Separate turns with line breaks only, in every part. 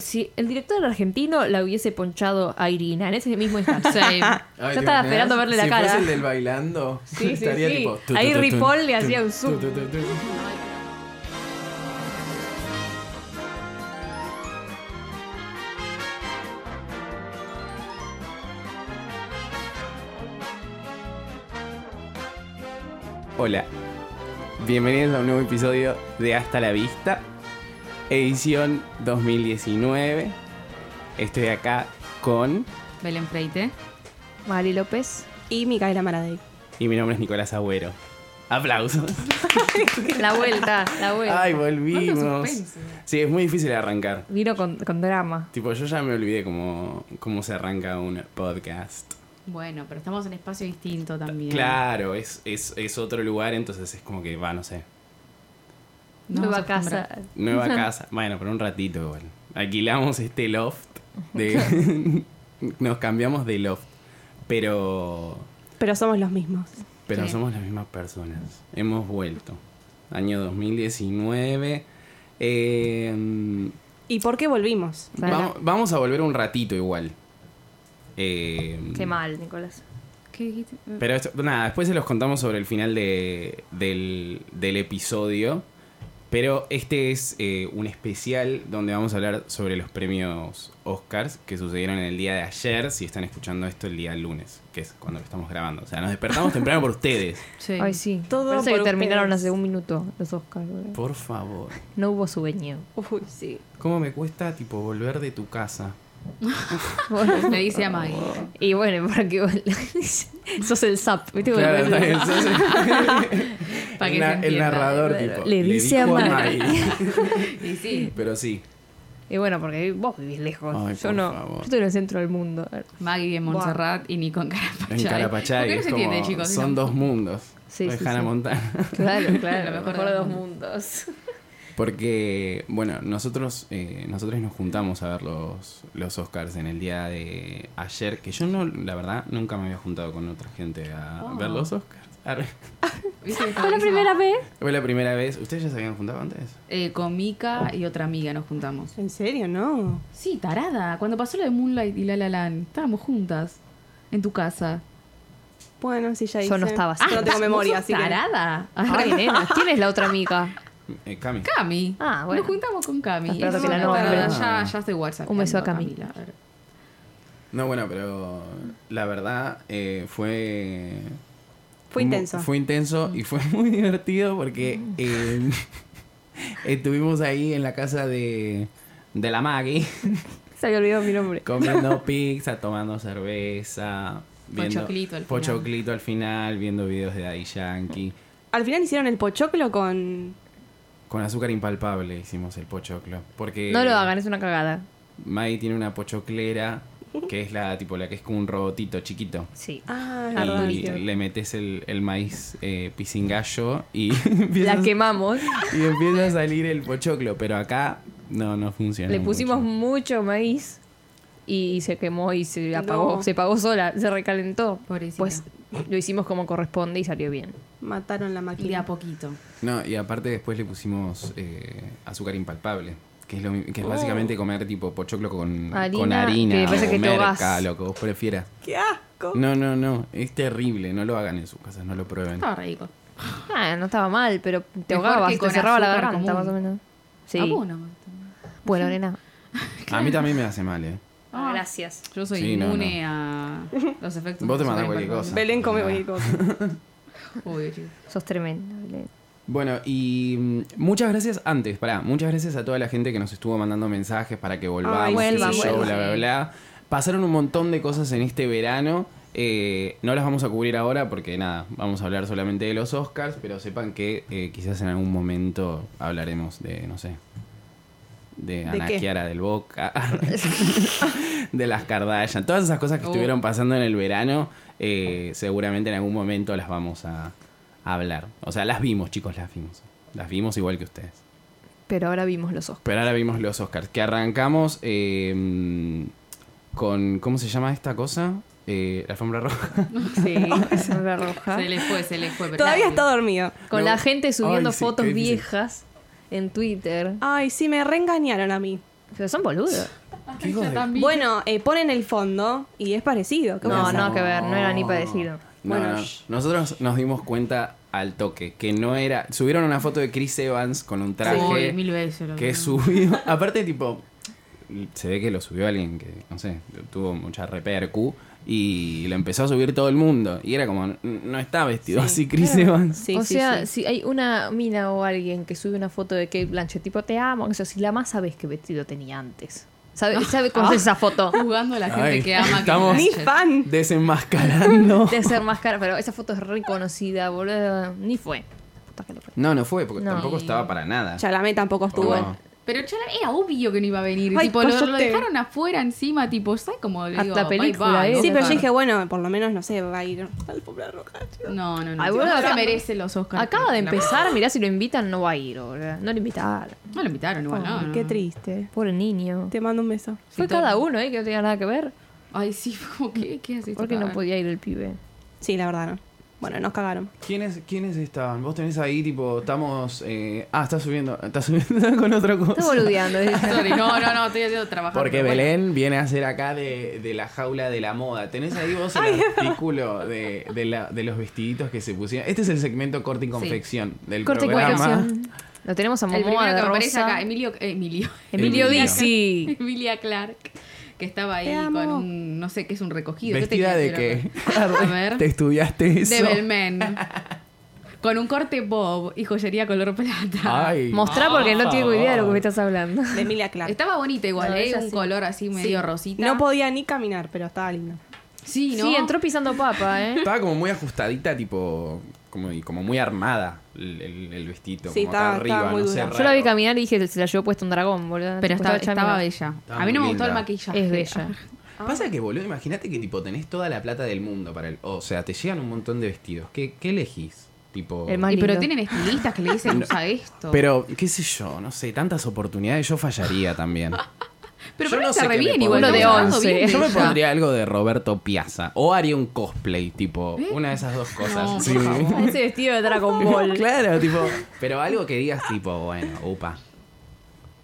si el director argentino la hubiese ponchado a Irina en ese mismo instante.
Sí.
Yo estaba esperando verle la
si
cara.
fuese el del bailando,
Sí, sí,
estaría
sí.
tipo.
Ahí
tun,
Ripoll
tun,
le hacía
tun,
un zoom.
tun, tun, tun. Hola, bienvenidos a un nuevo episodio de Hasta la Vista, edición 2019. Estoy acá con
Belén Freite.
Mari López.
Y Micaela Maradei.
Y mi nombre es Nicolás Agüero. Aplausos.
La vuelta, la vuelta.
Ay,
¿Cuánto
volvimos.
suspenso?
Sí, es muy difícil arrancar.
Vino con, con drama.
Tipo, yo ya me olvidé cómo, cómo se arranca un podcast.
Bueno, pero estamos en espacio distinto también.
Claro, es, es, es otro lugar, entonces es como que va, no sé.
No
Nueva
nos acostumbra-
casa.
Nueva casa. Bueno, pero un ratito igual. Alquilamos este loft. De... Nos cambiamos de loft. Pero.
Pero somos los mismos.
Pero
Sí.
somos las mismas personas. Hemos vuelto. Año 2019. Eh,
¿Y por qué volvimos?
Para
Vamo- Vamos, a volver un ratito igual. Eh,
Qué mal, Nicolás.
¿Qué dijiste?
Pero esto- nada, después se los contamos sobre el final de- del, del episodio. Pero este es eh, un especial donde vamos a hablar sobre los premios Oscars que sucedieron en el día de ayer, si están escuchando esto el día lunes, que es cuando lo estamos grabando. O sea, nos despertamos temprano por ustedes.
Sí.
Ay, sí.
Todo
Parece
por
que terminaron
ustedes.
hace un minuto los Oscars. boludo.
Por favor.
No hubo sueño.
Uy, sí.
¿Cómo me cuesta, tipo, volver de tu casa?
Me dice a Maggie.
Y bueno, para que vos- sos el zap, ¿viste?
Claro,
Bueno,
entonces-
Para que
el, na-
se
el
entienda.
narrador,
Claro.
tipo.
Le dice a Mari".
Mari.
Y sí,
Pero sí.
Y bueno, porque vos vivís lejos.
Ay,
yo
por
no.
favor.
Yo estoy en el centro del mundo. A ver.
Maggie en Montserrat y Nico en Carapachay.
En Carapachay.
¿Por qué no
es
se entiende,
como-
chicos?
Son dos mundos.
Sí,
de
sí,
Hannah
sí.
Montana.
Claro, claro.
Lo
lo
mejor
mejor de
del
dos
mundo.
mundos.
Porque, bueno, nosotros, eh, nosotros nos juntamos a ver los, los Oscars en el día de ayer. Que yo, no la verdad, nunca me había juntado con otra gente a
Oh.
ver los Oscars. Arre.
Fue la primera vez.
Fue la primera vez. ¿Ustedes ya se habían juntado antes?
Eh, con Mika y otra amiga nos juntamos.
¿En serio, no?
Sí, tarada. Cuando pasó lo de Moonlight y La La Land, estábamos juntas. En tu casa. Ah,
Bueno, sí, ya
Yo
hice.
no estaba
Yo no
cerca.
tengo memoria,
¿Vos sos
así que...
tarada.
Ay, nena, ¿quién es la otra amiga?
Eh, Cami.
Cami.
Ah, bueno.
Nos juntamos con Cami.
Está esperando
Es
que la
una
nombre.
tarada. Ya, ya estoy WhatsApp.
Un beso a Cami.
Camila. A ver.
No, bueno, pero la verdad eh, fue...
Fue
mu-
intenso.
Fue intenso y fue muy divertido porque eh, estuvimos ahí en la casa de, de la Maggie
Se había olvidado mi nombre.
comiendo pizza, tomando cerveza. Viendo,
Pochoclito al final.
pochoclito al final, viendo videos de Daddy Yankee.
Al final hicieron el pochoclo con...
Con azúcar impalpable hicimos el pochoclo. Porque
No lo hagan, es una cagada.
Maggie tiene una pochoclera que es la tipo la que es como un robotito chiquito.
Sí.
Ah,
Y
la verdad.
le metes el, el maíz eh, pisingallo y empieza,
La quemamos.
y empieza a salir el pochoclo, pero acá no, no funciona.
Le pusimos
mucho.
mucho maíz y se quemó y se apagó.
No.
Se apagó sola, se recalentó.
Pobrecita.
Pues lo hicimos como corresponde y salió bien.
Mataron la
Y de a
máquina.
poquito.
No, y aparte después le pusimos eh, azúcar impalpable. Que es, lo mi- que es básicamente comer tipo pochoclo con
Oh. Harina,
con harina
que parece
o
que te
merca,
ahogás.
lo que vos prefieras.
¡Qué asco!
No, no, no. Es terrible. No lo hagan en sus casas, no lo prueben.
Estaba rico.
Ah, no estaba mal, pero te
Mejor
ahogabas,
que
te
con
cerraba la
azúcar
garganta
común.
más o menos. Sí.
A vos nomás.
Bueno, nena.
A mí también me hace mal, ¿eh?
Ah,
gracias.
Yo soy
Sí, no,
inmune a los efectos.
Vos te mandás
super
cualquier
impalpables.
cosa.
Belén come cualquier cosa.
Obvio, chicos.
Sos tremenda. Belén.
Bueno, y mm, muchas gracias antes, pará, muchas gracias a toda la gente que nos estuvo mandando mensajes para que volvamos,
Ay,
vuelvan,
y yo,
vuelvan.
bla, bla, bla. Pasaron un montón de cosas en este verano. eh, no las vamos a cubrir ahora porque nada, vamos a hablar solamente de los Oscars, pero sepan que eh, quizás en algún momento hablaremos de, no sé, de, Ana
qué?
Chiara del Boca, de las Kardashian, todas esas cosas que
Uh.
estuvieron pasando en el verano, eh, seguramente en algún momento las vamos a, a hablar. O sea, las vimos, chicos, las vimos. Las vimos igual que ustedes.
Pero ahora vimos los ojos.
Pero ahora vimos los Oscars, que arrancamos eh, con, ¿cómo se llama esta cosa? Eh, la alfombra roja.
Sí, sombra roja.
Se les fue, se les fue. pero-
Todavía está dormido.
Con
No.
la gente subiendo
Ay, sí,
fotos
qué difícil.
viejas en Twitter.
Ay, sí, me reengañaron a mí.
Pero son boludos.
¿Qué hijo de-
Bueno, eh, ponen el fondo y es parecido. ¿Qué
No,
pasa?
no, que ver, no era ni parecido.
No,
Bueno,
no.
sh-
Nosotros nos dimos cuenta al toque que no era. Subieron una foto de Chris Evans con un traje
mil veces. lo
que
digo.
subió. Aparte, tipo, se ve que lo subió alguien que, no sé, tuvo mucha repercu y lo empezó a subir todo el mundo. Y era como, "N- no está vestido
Sí,
así Chris Evans.
Sí,
o
sí,
sea,
sí.
si hay una mina o alguien que sube una foto de Kate Blanchett, tipo, te amo, o sea, si la más sabes qué vestido tenía antes. ¿Sabe, sabe cómo es esa foto?
Jugando a la gente
Ay,
que ama. a Kate
estamos-
Ni
Blanchett.
fan.
Desenmascarando.
De ser más cara, pero esa foto es reconocida, boludo. Ni fue. Puta que lo fue.
No, no fue, porque
No.
tampoco estaba para nada.
Chalamet tampoco estuvo.
Oh, No.
Pero Chala era obvio que no iba a venir.
Ay,
tipo, lo, lo
cállate.
dejaron afuera encima, tipo, ¿sabes cómo le
Hasta
digo?
la
bye,
película ¿eh?
bye,
es.
¿no?
Sí, pero yo
Claro.
dije, bueno, por lo menos, no sé, va a ir al pobre roja.
No, no, no.
Ay,
tipo,
boludo,
no se
acá-
merece los Oscars.
Acaba de
No.
empezar, mirá si lo invitan, no va a ir, boludo. No lo invitaron.
No lo invitaron igual, no, no,
Qué
no.
triste.
Pobre niño.
Te mando un beso.
Fue
Sí, todo.
cada uno, ¿eh? Que no tenía nada que ver.
Ay, sí, fue como, ¿qué, qué haces?
Porque no podía ir el pibe.
Sí, la verdad no. Bueno, nos cagaron.
¿Quiénes, ¿Quiénes estaban? Vos tenés ahí, tipo, estamos. eh, ah, está subiendo. Está subiendo con otra cosa.
Está boludeando.
Sorry, no, no, no, estoy, estoy trabajando.
Porque
Bueno,
Belén viene a ser acá de, de la jaula de la moda. Tenés ahí vos el artículo de, de la- de los vestiditos que se pusieron. Este es el segmento corte y confección del
Corte y
programa.
confección. Lo tenemos a
El
Momoa
primero
de
que aparece
Rosa.
acá, Emilio, eh, Emilio,
Emilio
Emilio.
Dizzy.
Emilia Clark, que estaba ahí
Te amo.
con un, no sé qué es un recogido. ¿Qué
¿Vestida
tenía
de
ese
qué?
loco? A ver,
¿Te estudiaste eso?
de Belmen. Con un corte bob y joyería color plata.
Ay.
Mostrá porque no tengo idea de lo que me
estás
estás hablando.
De Emilia Clark.
Estaba bonita igual,
No,
¿eh?
ella
Un
sí.
color así medio rosita.
No podía ni caminar, pero estaba linda.
Sí, ¿no?
Sí, entró pisando papa, ¿eh?
Estaba como muy ajustadita, tipo. Como, y como muy armada el, el- el vestido.
Sí,
como acá
estaba-
arriba,
estaba muy
no sé,
dura.
Yo la vi
raro.
caminar y dije, se la llevó puesto un dragón, boludo.
Pero
Tipo,
estaba,
hecha
estaba
mierda.
bella.
Estaba
a mí no
muy
me gustó el
linda.
maquillaje.
Es bella.
Pasa que, boludo, imagínate que tipo tenés toda la plata del mundo para el. O sea, te llegan un montón de vestidos. ¿Qué, qué elegís? Tipo.
El más-
Y pero
lindo.
tienen estilistas que le dicen usa esto.
Pero, qué sé yo, no sé, tantas oportunidades, yo fallaría también.
pero
yo
para
no
mí está
sé
re
qué me
bien igual.
pondría.
estamos hablando
Uno de
bien
once.
de
Yo me
ella.
pondría algo de Roberto Piazza. O haría un cosplay, tipo, una de esas dos cosas.
¿Eh? No,
Sí.
por favor.
Ese vestido de Dragon Ball.
Claro, tipo. Pero algo que digas, tipo, bueno, upa.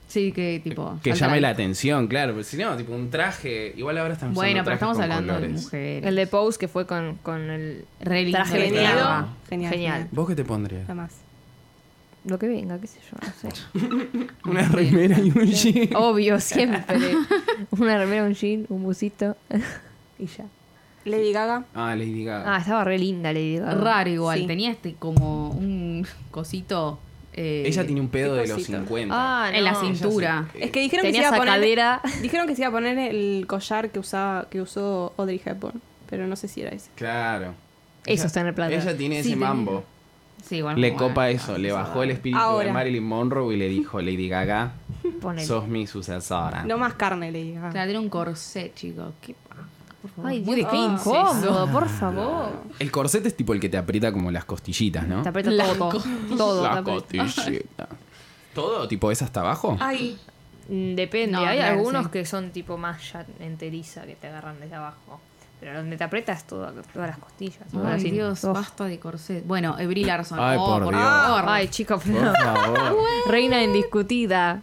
Sí, que tipo.
Que
saltar.
llame la atención, claro. Pero si no, tipo, un traje. Igual ahora están usando
Bueno, pero
trajes
estamos
con
hablando de
colores.
mujeres.
El de Pose que fue con, con el
Re lindo
traje
que
vestido.
estaba.
Genial,
Genial.
genial.
¿Vos qué te pondrías?
Nada más.
Lo que venga, qué sé yo, no sé.
Una remera y un jean.
Obvio, siempre. Una remera, un jean, un busito y ya.
Lady Gaga.
Ah, Lady Gaga.
Ah, estaba re linda, le digo.
Raro igual.
Sí.
Tenía este como un cosito. eh,
Ella tiene un pedo
qué
de los
cosita.
50.
Ah,
En la
no.
cintura.
Ella se-
Es que dijeron que
Tenía
se iba a
esa
poner.
cadera.
Dijeron que se iba a poner el collar que usaba, que usó Audrey Hepburn, pero no sé si era ese.
Claro.
Eso
Ella-
está en el plata.
Ella tiene
Sí,
ese
tenía.
mambo.
Sí, igual.
Le
como,
copa
bueno,
eso,
no,
le
no,
bajó el espíritu de
Ahora.
Marilyn Monroe y le dijo, Lady Gaga,
Ponele.
sos mi sucesora.
No más carne, Lady
O
Gaga.
sea, tiene un corset, chicos. Qué paja, por favor.
Ay,
Muy
Dios, qué
desquince
incómodo,
eso.
por favor.
El corset es tipo el que te aprieta como las costillitas, ¿no?
Te aprieta
Las
todo.
costillas.
Todo. te
La
aprieta. Ah,
costillita. ¿Todo? ¿Tipo es hasta abajo?
Ay,
Mm, Depende.
No,
Hay
claro,
algunos
sí.
que son tipo malla enteriza que te agarran desde abajo. Pero donde te aprietas toda- todas las costillas. todas
Ay,
las-
Dios,
Oh.
basta de corset. Bueno, eh, Brie Larson.
Ay,
Oh,
por
por
Dios.
favor.
Ay, chicos,
Por favor.
reina indiscutida.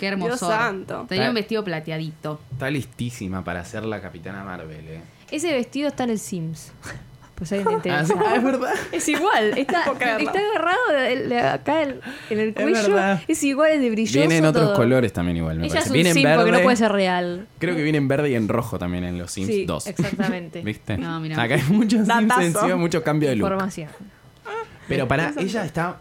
Qué hermoso.
Dios santo.
Tenía un vestido plateadito.
Está listísima para ser la Capitana Marvel, ¿eh?
Ese vestido está en el Sims. Pues alguien te
Ah,
interesa.
Ah, es verdad.
Es igual, está,
puedo creerlo.
está agarrado de- de acá en, en el cuello.
verdad.
Es, igual, es de brilloso.
Viene en otros
todo.
colores también igual, me
Ella es
parece.
un
Viene en
sim
verde.
porque no puede ser real.
Creo que viene en verde y en rojo también en los Sims
Sí,
2.
exactamente.
¿Viste?
No, mirá.
Acá hay muchos Sims
Datazo.
encima, mucho cambio de look.
Información.
Pero para ella está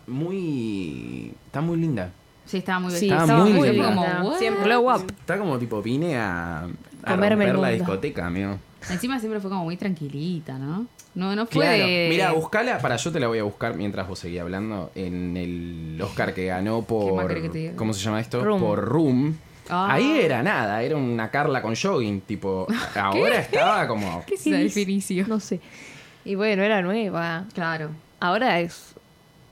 muy. Está muy linda.
Sí, estaba muy
Sí,
vestido.
estaba muy,
muy
linda.
bien.
Como, what?
Siempre glow up.
Está como tipo, vine a, a
Comerme el
romper la
mundo.
discoteca, amigo.
Encima siempre fue como muy tranquilita, ¿no? No, no fue
Claro.
de-
Mira, buscala. Para yo te la voy a buscar mientras vos seguís hablando. En el Oscar que ganó por.
macre que te digo.
¿Cómo se llama esto?
Room.
Por Room.
Ah.
Ahí era nada, era una Carla con jogging. Tipo, ahora estaba como.
¿Qué es la definición?
No sé. Y bueno, era nueva.
Claro,
Ahora es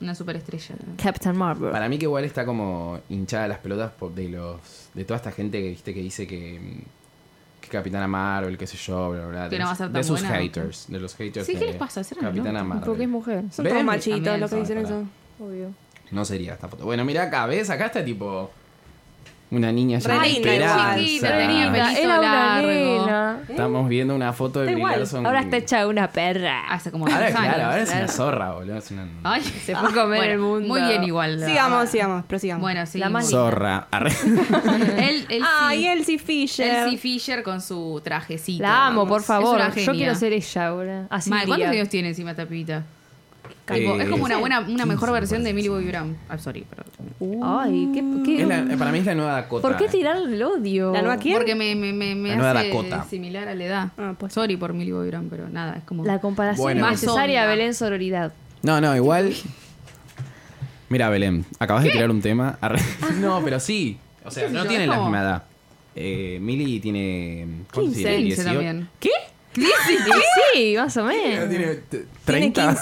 una superestrella. ¿no?
Captain Marvel.
Para mí que igual está como hinchada las pelotas por de los de toda esta gente que viste que dice que, mm, que Capitana Marvel, qué sé yo, bla bla, bla.
Que
de
no va a
los-
ser
de
tan
sus
buena.
haters, de los haters.
Sí, ¿qué
de
les pasa? Serán
Capitana
locos.
Marvel.
Porque es mujer.
son
¿Ven?
todos machitos
También
los que
son,
dicen
pará.
eso.
Obvio.
No sería esta foto. Bueno, mira acá, ¿ves? Acá está tipo Una niña
Re
llena de
linda
esperanza.
igual.
Chiquita, tenía
Ah,
pelito
era una
largo.
nena.
Estamos viendo una foto de
Da
Brie
igual,
Larson.
Ahora está hecha una perra.
Hace como
Ahora,
dos años,
claro, ahora es
claro.
una zorra, boludo. Es una
Ay, se
fue a comer el mundo.
Muy bien igual. la-
Sigamos, sigamos, prosigamos.
Bueno, sí.
La más
muy-
zorra. Arre.
Él, él
Ah, y
sí.
Elsie Fisher.
Elsie Fisher con su trajecito.
La amo, por
Es una
favor. Yo
genia.
quiero ser ella ahora. Así
Mal,
diría.
¿cuántos años tiene encima esta pibita?
Eh,
es como una
sí.
buena, una mejor
15
versión de
parece,
Millie Bobby
sí.
Brown. I'm sorry, pero...
Ay, qué, qué-
Eh, Es la- para mí es la nueva Dakota.
¿Por qué tirar el odio?
¿La nueva quién?
Porque me, me, me, me
La nueva
hace
Dakota.
similar a la edad.
Ah, pues.
Sorry por Millie Bobby Brown, pero nada, es como...
La comparación
Bueno.
es necesaria,
Más onda.
Belén Sororidad.
No, no, igual. Mira, Belén, acabas de tirar un tema. Arre. No, pero sí. O sea,
sé
no
yo,
tienen
es
la
como-
misma edad. Eh, Millie tiene. ¿cuánto
15.
tiene?
15
18.
también.
¿Qué? ¿Qué? Sí, más o menos. Tiene,
Tiene t- 30.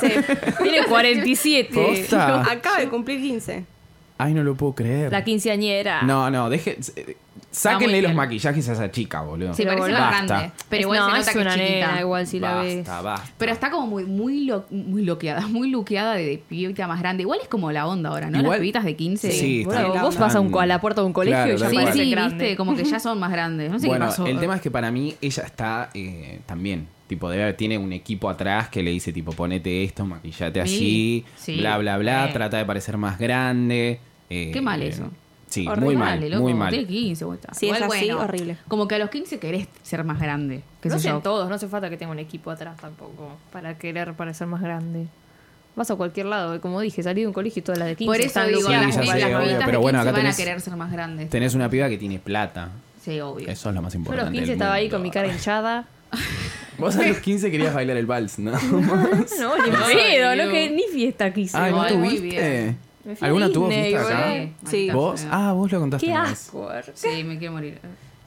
15.
47.
Posta.
Acaba de cumplir 15.
Ay, no lo puedo creer.
La quinceañera.
No, no, deje. eh,
muy
Sáquenle
bien.
los maquillajes a esa chica, boludo.
Sí,
Pero
parece
boludo.
más grande.
Basta.
Pero igual
no,
se
es
nota que
una
es chiquita.
nena, igual si la ves.
basta, basta.
Pero está como muy muy lo- muy loqueada, muy luqueada de pibita más grande. Igual es como la onda ahora, ¿no? Las
Igual-
pibitas de 15.
Sí,
Bueno,
están-
vos vas a, un, co- a la puerta de un colegio
Claro,
y ya
tal
Sí,
cual.
parece
sí,
grande.
viste, como que ya son más grandes. No sé
bueno,
qué pasó.
el tema es que para mí ella está eh, también, tipo, debe haber- tiene un equipo atrás que le dice, tipo, ponete esto, maquillate
Sí,
allí,
sí.
bla, bla, bla,
Eh.
trata de parecer más grande. eh,
Qué mal eso.
Sí,
Horrible.
muy
Dale,
mal,
loco,
muy mal.
Tiene 15, güey, está.
Sí,
Igual,
es así,
bueno,
horrible.
Como que a los 15 querés ser más grande. qué
No
sé yo.
sean todos, no hace falta que tenga un equipo atrás tampoco para querer parecer más grande. Vas a cualquier lado, y como dije, salí de un colegio y todas las de 15
Por eso
están
digo,
Sí,
las
loqueadas.
ya sé,
las
obvio,
pibitas de
pero bueno,
15
acá
van a
tenés-
querer ser más grandes.
Tenés una piba que tiene plata.
Sí, obvio.
Eso es lo más
Yo a
importante.
los 15
del
estaba ahí
mundo.
con mi cara hinchada.
Vos a los 15 querías bailar el vals, ¿no?
No, ni
Ay,
pedo,
Dios.
no que ni fiesta quise.
Ay, Ah, ¿no
Ay, muy bien.
tuviste?
Me fui a
¿Alguna tuvo
Disney,
fiesta acá?
boludo.
Sí.
Maldita
¿Vos?
sea.
Ah, vos lo contaste.
Qué
una vez.
asco.
Sí, me quiero morir.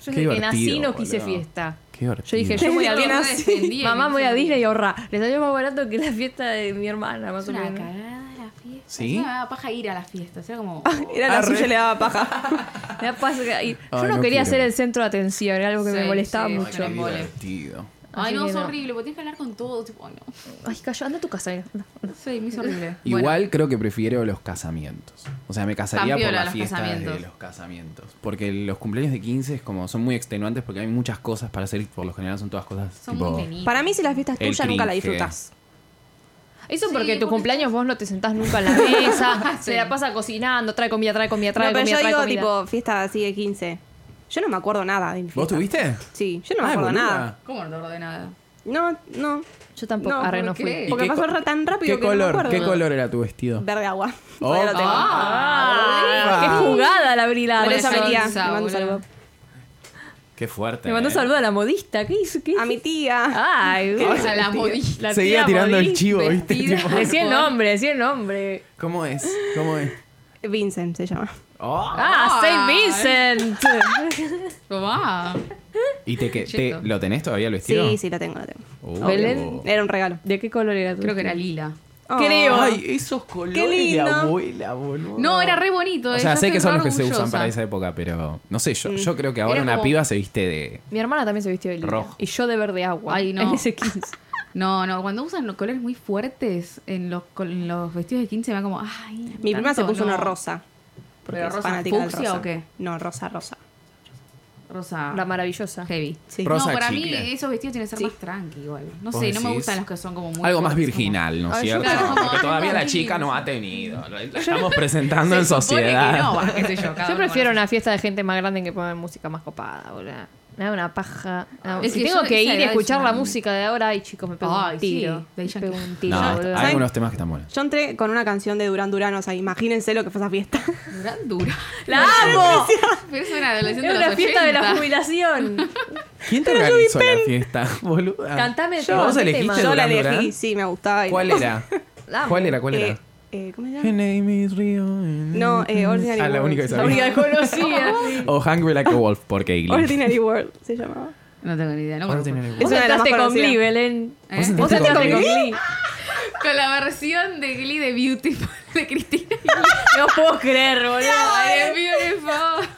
Yo
Qué
desde que nací
divertido,
no quise
boludo.
fiesta.
Qué divertido.
Yo dije, yo voy a
Desde que
Disney.
nací.
Defendí,
Mamá,
me
voy a
defendí.
Disney y ahorrar. Le salió más barato que la fiesta de mi hermana, más
Es
o
una
menos.
cagada la fiesta.
¿Sí?
Es una paja ir a las fiestas. Era como.
Era la
Arre.
suya y le daba paja.
Me da paz que- y- Yo
Ay,
no
no
quería
quiero.
ser el centro de atención, era algo que
Sí,
me molestaba
sí, es
mucho.
un
Qué
embole.
divertido.
Ay,
Así
no,
que
es
no.
horrible, porque tienes que hablar con todo. Tipo, ay, no.
Ay, calla, anda a tu casa. mira, anda.
Sí, me hizo horrible.
Igual creo que prefiero los casamientos. O sea, me casaría
Tan
por
piola
la
los
fiesta
casamientos.
de los casamientos. Porque los cumpleaños de 15 es como, son muy extenuantes porque hay muchas cosas para hacer y por lo general son todas cosas
Son
tipo...
muy meninas.
Para mí, si las fiestas
El
tuyas, nunca la
cringe.
disfrutás.
Eso
Sí,
porque tu
porque
cumpleaños vos no te sentás nunca en la mesa, se
Sí.
la pasa cocinando, trae comida, trae comida, trae
No, pero
comida,
yo
trae
digo,
comida.
tipo, fiesta así de 15. Yo no me acuerdo nada de mi fiesta.
¿Vos tuviste?
Sí, yo no me
Ay,
acuerdo
Ah, boluda.
nada.
¿Cómo no te acordé nada?
No, no.
Yo tampoco,
No,
arre, no
¿por
fui.
qué?
¿Y
Porque
qué
pasó
co-
tan rápido
¿Qué
que
color,
no me
¿Qué
acuerdo.
color era tu verde
Verde agua.
Oh.
Todavía lo tengo.
Ah,
Ah.
¡Qué jugada la brilada!
Por
Bueno,
eso,
Corazón
María,
Saúl.
le mando un saludo.
Qué fuerte.
Me mandó
eh.
un saludo a la modista. ¿Qué hizo? ¿Qué
A
hizo?
mi tía.
Ay, güey.
A la modista.
La
Seguía
tía
tirando el
modista.
chivo, ¿viste?
vestida.
Tipo,
Decía el nombre, decía el nombre.
¿Cómo es? ¿Cómo es?
Vincent se llama.
Oh.
¡Ah,
Ay.
Saint Vincent!
¿Cómo va?
¿Y te, que- te-
Cheto.
lo tenés todavía el vestido?
Sí, eh, sí, lo tengo, lo tengo.
Oh.
Belén.
Era un regalo. Oh.
¿De qué color era tu?
Creo que era lila.
Creo.
Ay, esos colores de
lindo.
abuela, boludo.
No, era re bonito.
O
eh,
sea,
yo
sé que
estoy
son los
re
que se usan
orgullosa.
para esa época, pero no sé, yo, yo creo que ahora
Era
una
como-
piba se viste de...
Mi hermana también se vistió de lila.
Rojo.
Y yo de verde agua.
Ay, no.
En ese 15.
No, no, cuando usan los colores muy fuertes en los, col- en los vestidos de 15 me va como, ay.
Mi prima se
tanto,
puso
no.
una rosa. Porque
¿Pero
es
rosa
fanática del
fucsia
rosa.
o qué?
No, rosa, rosa.
Rosa.
La maravillosa.
Heavy.
Sí.
Rosa
no, para mí
chicle.
esos vestidos tienen que ser
Sí.
más tranqui igual. No
¿Vos
sé, no me
decís?
gustan los que son como muy.
Algo más
fuertes, como-
virginal, ¿no es
Ay, yo
cierto?
creo que como-
Porque todavía la
Ay,
chica no
sí.
ha tenido. La estamos presentando en
Se supone
sociedad.
Que no, va, qué sé yo, cada
Yo
uno
prefiero
con-
una fiesta de gente más grande que poner música más copada, boludo. Me da una paja. No,
Es
si
que
tengo
yo-
que
esa
ir y
edad es
escuchar la
una-
música de ahora, ay chicos, me pego
Ay,
un
sí,
tiro.
de
me
Yankee.
pego un tiro,
No,
boludo.
hay algunos temas que están buenos.
Yo entré con una canción de Durán Durán, o sea, imagínense lo que fue esa fiesta.
Durán, Durán.
¡La amo!
Pero es una adolescente
Es
de los
una fiesta de la
80.
jubilación.
¿Quién te organizó la fiesta, boluda?
Cantame
yo. ¿Vos
tema, ¿qué
elegiste
tema?
Yo la
Durán Durán?
elegí, sí, me gustaba. y-
¿Cuál era?
La amo.
¿Cuál era? ¿Cuál
Eh,
era?
eh, ¿Cómo se
Her
llama?
name is Rio.
No, eh, Ordinary
Ah, la
World.
única que
La única
sabía.
que conocía.
O Hungry Like a Wolf, porque Iglesia.
Ordinary World se llamaba.
No tengo ni idea, no me acuerdo.
Ordinary
Vos
World.
una de las
saltaste
más
con Glee,
conocidas.
Belén.
¿Eh?
¿Vos
Vos
saltaste
saltaste con
con
Glee.
Con la versión de Glee de Beautiful de Cristina.
No puedo creer, boludo.
Ay, de Beautiful.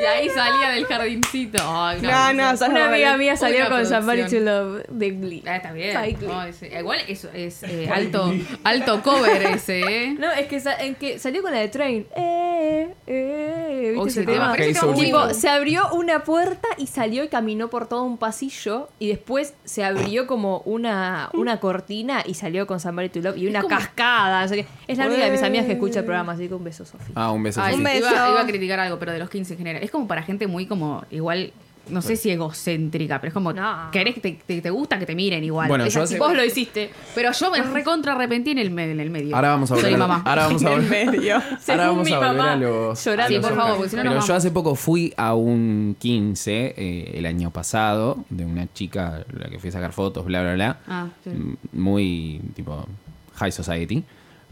Y ahí salía del jardincito. Ay, no.
No, no, sos
Una
la
amiga
Belén.
mía salió
Una
con Somebody to
producción.
Love de Glee.
Ah, está bien.
Ay, Glee.
Ay, sí. Igual eso es eh, alto, alto cover ese, ¿eh?
No, es que, sa- en que salió con la de Train. Eh, eh, eh,
O
¿viste ese
ese tema.
tema?
Parece
Ok,
que era un
so
tipo-
Tipo, se abrió una puerta y salió y caminó por todo un pasillo y después se abrió como una, una cortina y salió con Somebody to Love y una cascada. no sé qué. es la única de mis amigas que escucha el programa, así que un beso, Sofía.
Ah, un beso.
Ay,
Sofi.
Un beso.
Iba, iba a criticar algo, pero de los 15 en general. Es como para gente muy como, igual, no sé si egocéntrica, pero es como,
No.
querés que te, te- te gusta que te miren igual.
Bueno,
Es
yo
así,
hace-
Vos lo hiciste. Pero yo me recontra arrepentí en el, me- en el medio.
Ahora vamos a
Soy
volver.
mamá.
Ahora vamos a
En el
volver.
medio.
Ahora
Según
vamos
mi
a volver
mamá,
a los.
llorando.
a
Sí,
los
por favor,
Oscars.
porque si no nos
Pero
vamos.
yo hace poco fui a un 15 eh, el año pasado de una chica, la que fui a sacar fotos, bla, bla, bla.
Ah, sí.
M- Muy tipo high society.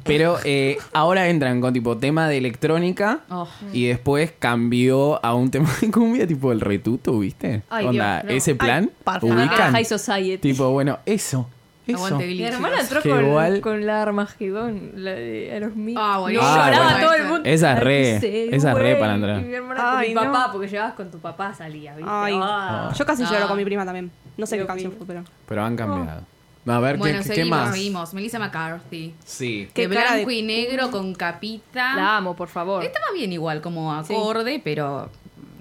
Pero eh, ahora entran con tipo tema de electrónica
Oh.
y después cambió a un tema de cumbia, tipo el retuto, ¿viste?
Ay,
Onda,
Dios, no.
ese plan.
Ay, por favor.
ubican.
High society.
Tipo, bueno, eso. Eso.
Aguante, Billy.
Mi hermana entró
Que
con,
igual-
con la de Armagedón, la de Aerosmith.
Ah, bueno.
No,
Ah,
lloraba
bueno.
todo el mundo.
Esa es re,
Ay, sí,
esa es re
güey.
para entrar.
Y mi hermana
Ay,
con
no.
mi papá, porque llevabas con tu papá, salías, ¿viste?
Ay.
Ah.
Yo casi
Ah.
lloro con mi prima también. No sé
Dios
qué canción
mío.
fue, pero.
Pero han cambiado. A ver, ¿qué-
Oh. Bueno,
¿qué,
seguimos,
más?
seguimos. Melissa McCarthy.
Sí.
Qué
de
cara de
blanco y negro con capita.
La amo, por favor.
Estaba bien igual, como acorde, pero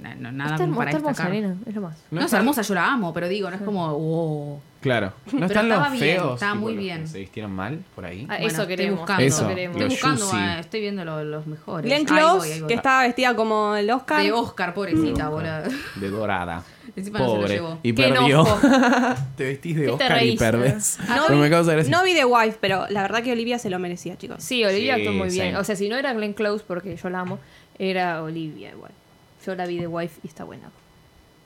na- no- nada
Está hermo-
para
está hermosa,
destacar.
nena, es lo más.
No, es hermosa, yo la amo, pero digo, no es como, oh, wow.
Ah,
Claro.
Pero
No están
estaba
los
bien,
feos.
estaba
tipo,
muy
los que
bien.
Se vistieron mal por ahí.
Ah,
Bueno,
eso
estoy
queremos.
buscando.
Eso,
queremos. Estoy
los
buscando,
juicy.
eh, estoy viendo lo- los mejores.
Glenn
Ahí
Close,
voy, ahí voy.
que estaba vestida como el Oscar.
De Oscar, pobrecita, boludo.
De dorada.
Encima no se lo
Pobre.
llevó.
y
Qué
perdió.
enojo.
te vestís de
¿Qué te
Oscar y
reís?
perdés.
No
Pero
vi-
me causa gracia.
No vi The Wife, pero la verdad que Olivia se lo merecía, chicos.
Sí, Olivia
Sí,
actuó muy bien.
sí.
O sea, si no era Glenn Close, porque yo la amo, era Olivia igual. Yo la vi de wife y está buena.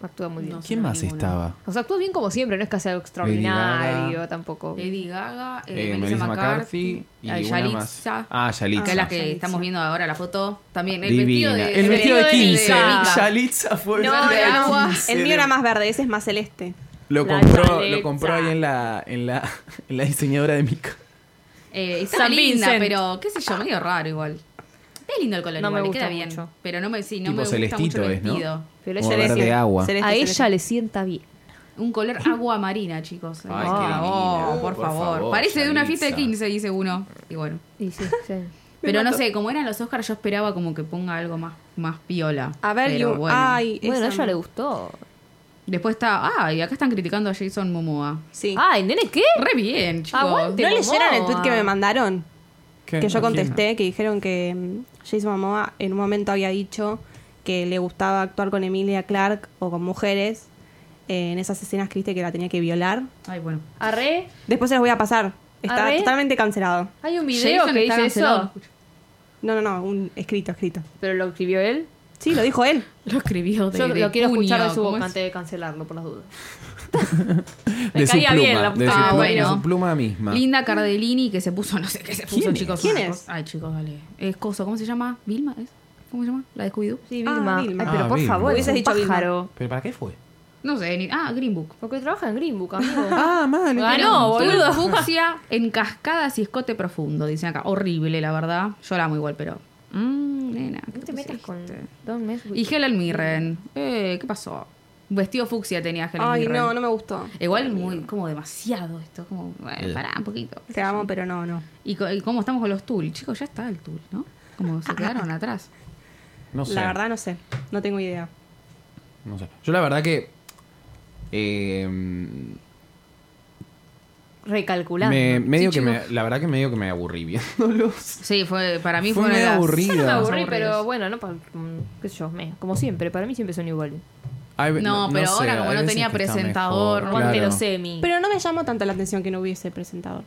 Actúa muy bien.
No sé.
¿Quién más
Ninguna.
estaba?
O sea, actúa bien como siempre, no es que sea algo extraordinario
Gaga.
tampoco.
Lady Gaga, eh,
Eh,
Melissa
Melissa
McCarthy,
McCarthy. Y
eh,
una más.
Yalitza,
Ah, Yalitza.
que es la que
Yalitza.
estamos viendo ahora la foto. También el
Divina.
vestido de.
el vestido de 15.
Gaga.
Yalitza fue
No,
vestida de
no, no.
15.
El mío era más verde, ese es más celeste.
Lo
La
compró, lo
Yalitza.
compró ahí en la, en la, en la diseñadora de Mica.
Eh, está
San
linda,
Vincent.
pero qué sé yo, medio raro igual. Está lindo el color,
No me
igual, le
gusta
queda bien.
mucho.
Pero no me, sí, no
Tipo
me gusta mucho
celestito
el
es, ¿no?
vestido.
Pero
Como
ella le-
verde
decía-
agua.
se le-
a
Celeste,
ella le sienta bien.
Un color agua marina, chicos.
Ay,
Oh,
qué divina.
oh, por,
Por
favor.
favor,
Parece de una fiesta de
Yalitza.
15, dice uno. Y bueno.
Y sí, sí.
Pero no sé, como eran los Oscars, yo esperaba como que ponga algo más, más piola.
A ver,
Pero
you-
bueno.
ay,
Bueno, a
esa
ella
no.
le gustó.
Después está. Ah, y acá están criticando a Jason Momoa.
Sí.
Ay, nene, ¿qué?
Re bien, chicos.
Aguante.
¿No leyeron el
Momoa.
tweet que me mandaron?
¿Qué?
Que yo
¿A quién?
contesté, que dijeron que mm, Jason Momoa en un momento había dicho que le gustaba actuar con Emilia Clark o con mujeres eh, en esas escenas que viste que la tenía que violar.
Ay, bueno.
Arre,
Después se los voy a pasar. Está
Arre.
totalmente cancelado.
hay un video
Jason
que
está
dice
cancelado.
eso.
No, no, no, un escrito, escrito.
Pero lo escribió él.
Sí, lo dijo él.
Lo escribió de
Yo
de
lo quiero escuchar
puño,
de su
¿cómo
boca
es?
antes de cancelarlo, por las dudas.
De
Me
su
caía
pluma.
bien la
de, su
puta.
Ah,
pluma
bueno.
de su pluma misma.
Linda Cardellini que se puso, no sé qué se puso,
¿Quién es?
chicos.
¿Quién
una
es?
cosa- Ay, chicos, dale. Es coso, ¿cómo se llama? ¿Vilma? ¿Es? ¿Cómo se llama? ¿La de Scooby-Doo?
Sí,
Ah,
Vilma.
Vilma.
Ay, pero
Ah,
por
Vilma.
favor,
Hubiese
es un
dicho Vilma.
pájaro.
¿Pero para qué fue?
No sé, ni- ah, Green Book.
Porque trabaja en Green Book, amigo.
Ah, man.
Ganó,
Azul
boludo.
Fucsia en cascadas y escote profundo, dicen acá. Horrible, la verdad. Yo la amo igual, pero. Mmm, nena. ¿qué
No te
pusiste?
metas con Don Mess with-
Y Helen Mirren. Eh, ¿qué pasó? Un vestido fucsia tenía Helen
Ay,
Mirren.
no, no me gustó.
Igual muy, como demasiado esto, como, bueno, pará un poquito.
Te amo, pero no, no.
Y, co- y cómo estamos con los tul, chicos, ya está el tul, ¿no? Como se quedaron atrás.
No sé.
La verdad no sé. No tengo idea.
No sé. Yo la verdad que. eh,
Recalculando.
me, medio
Sí,
que me, la verdad que medio que me aburrí viéndolos.
Sí, fue, para mí
Fue
fue, una de
medio
las-
aburrido.
Yo no me
Los
aburrí,
aburridos.
pero bueno, no pa- mm, qué sé yo, me- como siempre, para mí siempre son iguales.
Ay,
No, pero ahora como
hay
no
veces
tenía
que está
presentador,
mejor,
Aguante
claro.
los semi.
Pero no me llamó tanto la atención que no hubiese presentador.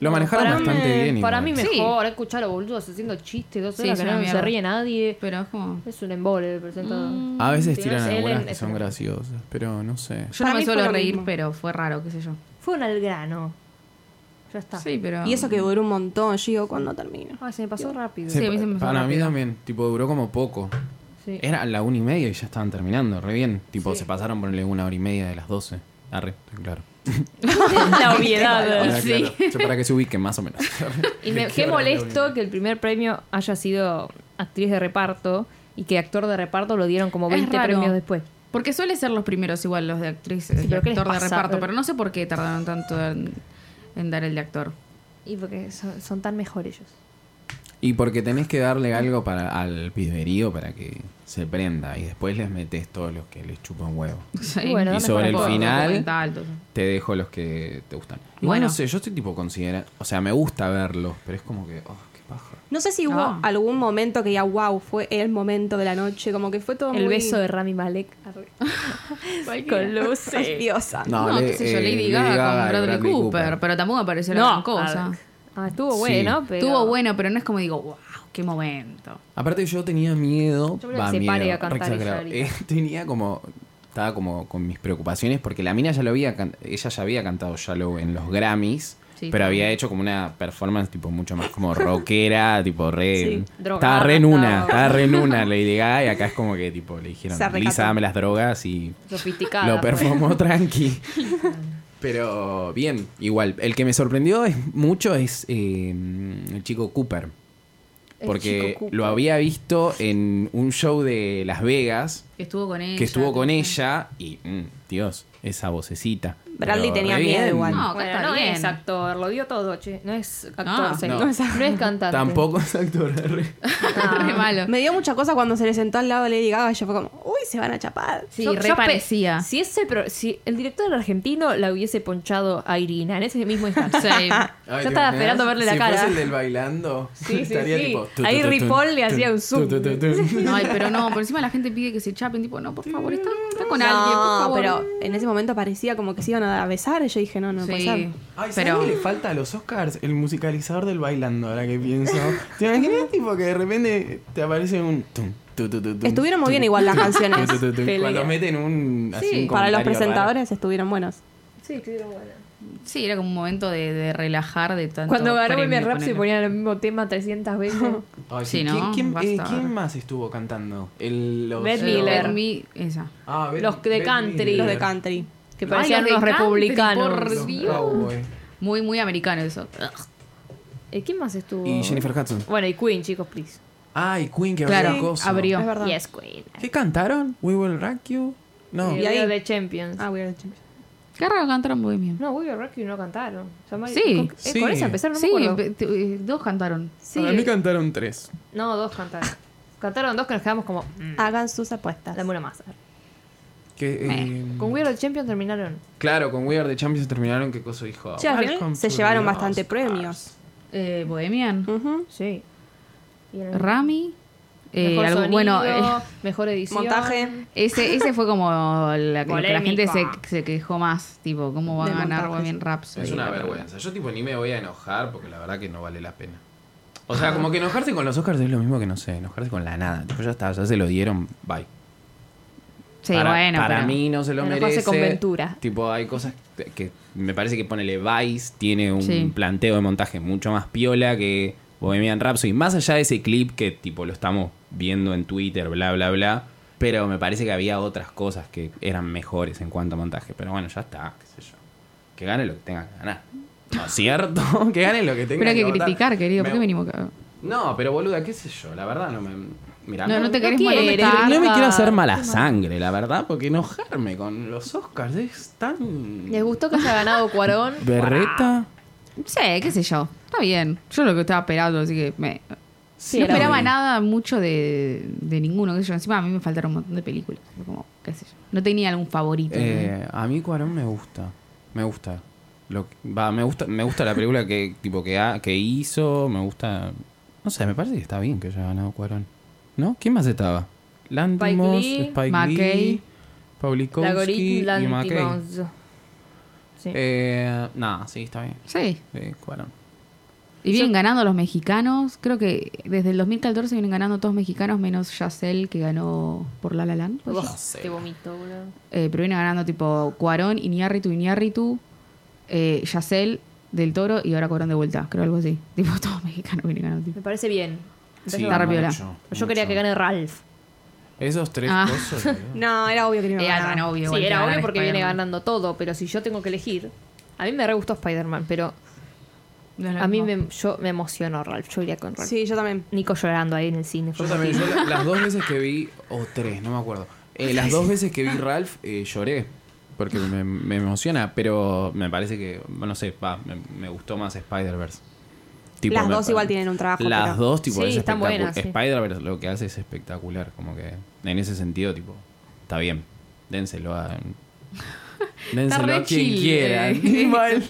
Lo manejaron
Para
bastante
mí-
bien.
Para mí
igual.
Sí.
mejor, escuchar a boludos haciendo chistes, dos
Sí,
horas
es
que
una
no
mierda.
se ríe nadie. Mm.
Pero es como...
Es un embole el presentador.
A veces
Tenés
tiran algunas
Ellen,
que
es
son
una-
graciosas, pero no sé.
Yo
Para
no me
mí fue
suelo
lo
reír,
mismo.
pero fue raro, qué sé yo.
Fue un al grano. Ya está.
Sí, pero...
Y eso que duró un montón. Yo digo, ¿cuándo termina?
Ay, se me pasó rápido.
Sí, a mí se me hizo
para mí
rápido.
también, tipo, duró como poco.
Sí.
Era la una y media y ya estaban terminando, re bien. Tipo, se pasaron ponerle una hora y media de las doce. Arre, estoy claro.
La obviedad.
Ahora, claro. Yo para que se ubiquen más o menos.
Y me- qué molesto que el primer premio haya sido actriz de reparto y que actor de reparto lo dieron como
Es
20
raro.
premios después.
Porque suele ser los primeros igual los de actrices,
Sí,
de
pero ¿qué les
actor de
pasa?
reparto, pero no sé por qué tardaron tanto en, en dar el de actor.
Y porque son, son tan mejores ellos.
Y porque tenés que darle algo para al piberío para que se prenda y después les metes todos los que les chupan huevo.
Sí.
Bueno, Y dame sobre el
Por- por
final-
documental, todo eso.
Te dejo los que te gustan. Igual
Bueno.
no sé, yo estoy tipo considera, o sea, me gusta verlos, pero es como que, oh, qué paja.
No sé si hubo
Ah.
algún momento que ya, wow, fue el momento de la noche, como que fue todo
El
muy-
beso de Rami Malek arre, con luces.
Diosa.
Ah, No,
le-
qué sé yo,
eh,
Lady Gaga,
y
con Bradley, Cooper, pero tampoco apareció la gran cosa.
arre. Ah, estuvo
Sí.
bueno, pero.
Estuvo bueno, pero no es como digo, wow, qué momento.
Aparte yo tenía miedo.
Yo creo
va,
que se
miedo,
pare a cantar
re exagerado.
y llorar
Eh, tenía como. Estaba como con mis preocupaciones porque la mina ya lo había can- ella ya había cantado Shallow en los Grammys,
Sí,
pero
también.
había hecho como una performance tipo mucho más como rockera, tipo re.
Sí,
drogada,
estaba re en una,
estaba-
estaba re en una Lady Gaga y acá es como que tipo le dijeron,
Se recató.
Lisa, dame las drogas y
Sofisticada.
lo
fue.
performó tranqui. Pero bien, igual. El que me sorprendió es mucho es eh, el chico Cooper.
El
Porque
chico Cooper.
lo había visto en un show de Las Vegas
Que estuvo con ella.
que estuvo con ella y, mm, Dios, esa vocecita.
Bradley
Pero
tenía
re
miedo
bien.
igual.
No, acá
Bueno,
está
no
bien.
es actor, lo dio todo, che. No es actor,
Ah,
se-
no.
no. es, no es cantante.
Tampoco es actor. re.
Re
Ah.
malo.
Me dio mucha cosa cuando se le sentó al lado de Lady Gaga y yo fue como, uy, se van a chapar.
Sí,
Yo-
re
yo pe-
parecía.
Si, ese, pro- si el director argentino la hubiese ponchado a Irina en ese mismo instante.
Sí.
Ay,
yo
¿te
estaba
imaginas?
esperando verle la
Si
cara.
fuese el del bailando,
Sí, sí,
estaría
sí.
tipo. tu,
Ahí
tu, tu,
Ripoll
tu,
le hacía
tu,
un zoom.
tu, tu, tu, tu.
Ay, pero no, por encima la gente pide que se chapen, tipo, no, por favor, está, está con
No,
alguien, por favor.
pero en ese momento parecía como que se iban a besar y yo dije, no, no puede ser.
sí.
Ay, ¿sabes
pero
qué le falta a los Oscars? El musicalizador del bailando, ahora que pienso. ¿Te imaginas, tipo, que de repente te aparece un... tum, tu, tu, tu, tum,
Estuvieron muy
tu,
bien igual las
tu,
canciones.
tu, tu, tu,
Pelea.
Cuando meten un... así
Sí,
un
Para los
comentario
presentadores estuvieron buenos.
Sí, claro, bueno.
sí, era como un momento de, de relajar de tanto.
Cuando ganó
premio,
Bohemian Rap se
ponele.
ponían el mismo tema 300 veces.
raro. Ay,
Sí,
¿quién-
¿no?
¿Quién, eh,
Basta.
quién más estuvo cantando? El, los,
Bette
Eh,
Miller.
mi- esa.
Ah, Bette-
Los de
Bette
country.
Miller.
Los de country.
Que
Ay,
parecían
los de
unos
country,
republicanos.
por
Los
Dios.
cowboy.
Muy, muy americano eso.
Eh, ¿Quién más estuvo?
Y Jennifer Hudson.
Bueno, y Queen, chicos, please.
Ay, Queen, que
Claro,
abrió cosa.
abrió.
Es verdad.
Yes, Queen.
¿Qué cantaron? We Will Rock You. No.
Eh,
Y ahí-
We Are the Champions.
Ah, We Are the Champions.
Qué raro cantaron Bohemian.
No, We Are Rock You no cantaron. Llamar-
Sí.
con, eh,
Sí.
con esa empezaron, no
sí,
me acuerdo.
empe- te- eh, dos cantaron.
Sí.
Para mí cantaron tres.
No, dos cantaron. cantaron dos que nos quedamos como, mm,
Hagan sus apuestas.
dame una más.
Que, eh,
Con We Are the Champions terminaron.
Claro, con We Are the Champions terminaron que coso dijo.
Che, al final
"Welcome
se
to
llevaron
the
bastante
Oscars".
premios.
Eh, Bohemian.
Mm.
Ujú.
Sí. Y en el-
Rami. eh,
mejor
algo-
sonido,
bueno, eh,
mejor edición.
Montaje.
ese, ese fue como la, lo que la gente se,
Polémico.
se quejó más. Tipo, ¿cómo va a
De
ganar
montajes.
Bohemian Rhapsody?
Es una
La-
vergüenza. Yo tipo ni me voy a enojar porque la verdad que no vale la pena. O sea, como que enojarse con los Oscars es lo mismo que no sé, enojarse con la nada. Tipo, ya está, ya se lo dieron, bye.
Sí,
para,
bueno.
para
pero-
mí no se lo
Enojarse
merece.
con Ventura.
Tipo, hay cosas que- que me parece que ponele Vice tiene un
Sí.
planteo de montaje mucho más piola que Bohemian Rhapsody. Más allá de ese clip que tipo lo estamos viendo en Twitter, bla, bla, bla. Pero me parece que había otras cosas que eran mejores en cuanto a montaje. Pero bueno, ya está, qué sé yo. Que gane lo que tenga que ganar. ¿No es cierto? que gane lo que tenga
Pero hay que
votar.
criticar, querido.
Me-
¿Por qué venimos acá?
No, pero boluda, qué sé yo. La verdad no me... Mira,
No, no te querés
quiere,
molestar.
Tarta.
no me quiero hacer mala sangre, la verdad, porque enojarme con los Oscars es tan.
¿Les gustó que haya ganado Cuarón?
¿Berreta?
Sí, qué sé yo. Está bien. Yo lo que estaba esperando, así que me-
Sí,
no
era
esperaba
bueno.
nada mucho de, de ninguno. Qué sé yo. Encima a mí me faltaron un montón de películas. Fue Como, qué sé yo. No tenía algún favorito.
Eh, a mí Cuarón me gusta. Me gusta. Lo, que- va, me gusta, me gusta la película que, tipo, que, ha- que hizo, me gusta. No sé, me parece que está bien que haya ganado Cuarón. ¿No? ¿Quién más estaba? Lantimos,
Spike Lee,
Spike,
McKay,
Lee, Pawlikowski
Lagorit
y McKay.
Lantimos. Sí.
Eh, Nada, sí, está bien.
Sí.
Eh, Cuarón.
Y vienen ganando los mexicanos. Creo que desde el 2014 vienen ganando todos mexicanos, menos Yacel, que ganó por La La Land. ¿puede
Uf,
ser?
sé.
Te vomito, boludo.
Eh, pero viene ganando tipo Cuarón, Iñárritu, Iñárritu, eh, Yacel, Del Toro y ahora Cuarón de vuelta. Creo algo así. Tipo, todos mexicanos vienen ganando. tipo.
Me parece bien. Me parece
Sí,
Está re
bárbaro.
piola.
mucho,
Yo quería
mucho.
que gane Ralph.
Esos tres
Ah.
cosas. boludo.
No, era obvio que no iba a
Era
ganar.
tan obvio.
sí,
igual que
era
ganar
obvio porque viene
Spider-Man.
ganando todo, pero si yo tengo que elegir. A mí me re gustó Spider-Man, pero
No es lo
a mí
mismo.
me, yo me emocionó Ralph. Yo iría con Ralph.
Sí, yo también.
Nico llorando ahí en el cine. fue
Yo también, yo
emotivo.
la- las dos veces que vi, o tres, no me acuerdo. Eh, las dos veces que vi Ralph eh, lloré, porque me, me emociona, pero me parece que, no sé, va, me, me gustó más Spider-Verse. tipo,
Las
me-
dos igual tienen un trabajo,
Las
pero-
dos, tipo,
Sí,
es
están
espectacu-
buenas, sí.
Spider-Verse lo que hace es espectacular. Como que en ese sentido, tipo, está bien. Dénselo a. Dénselo
re
a quien
chill,
quieran.
eh.
Igual.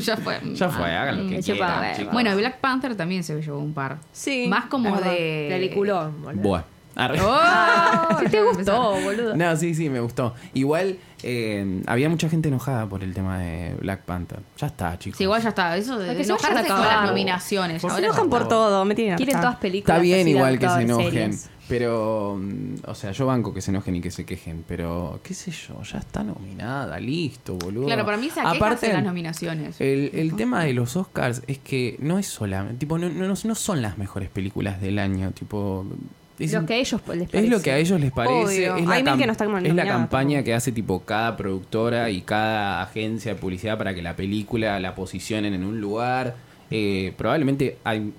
ya fue.
Ya fue,
Ah,
hagan lo que
mm, chupa
quieran.
huevo.
chicos.
Bueno, Black Panther también se llevó un par.
Sí.
Más como
es verdad.
de.
Peliculón, boludo.
Buah. Arre.
¡Oh!
Ah, Ya
te
va a
gustó, boludo.
No, sí, sí, me gustó. Igual eh, había mucha gente enojada por el tema de Black Panther. Ya está, chicos.
Sí, igual ya está. Eso de
Ay, que se
enojarse
vayan a
con las
acabar.
nominaciones.
Por
Ahora
Se
favor.
ya-
enojan por todo, me tienen
Quieren
hartada.
todas películas.
Está bien
así,
igual que se
actores,
enojen,
series.
pero, mm, o sea, yo banco que se enojen y que se quejen, pero qué sé yo, ya está nominada, listo, boludo.
Claro, para mí se
Aparte,
de las nominaciones.
El, el tema de los Oscars es que no es solamente, tipo, no, no, no son las mejores películas del año, tipo... Es,
Lo que a ellos les
es lo
parece.
que a ellos les parece.
Obvio.
Es la,
Hay mil
cam-
que no están
es la
nominadas,
campaña
tampoco.
que hace tipo cada productora y cada agencia de publicidad para que la película la posicionen en un lugar. Eh, probablemente hay mm,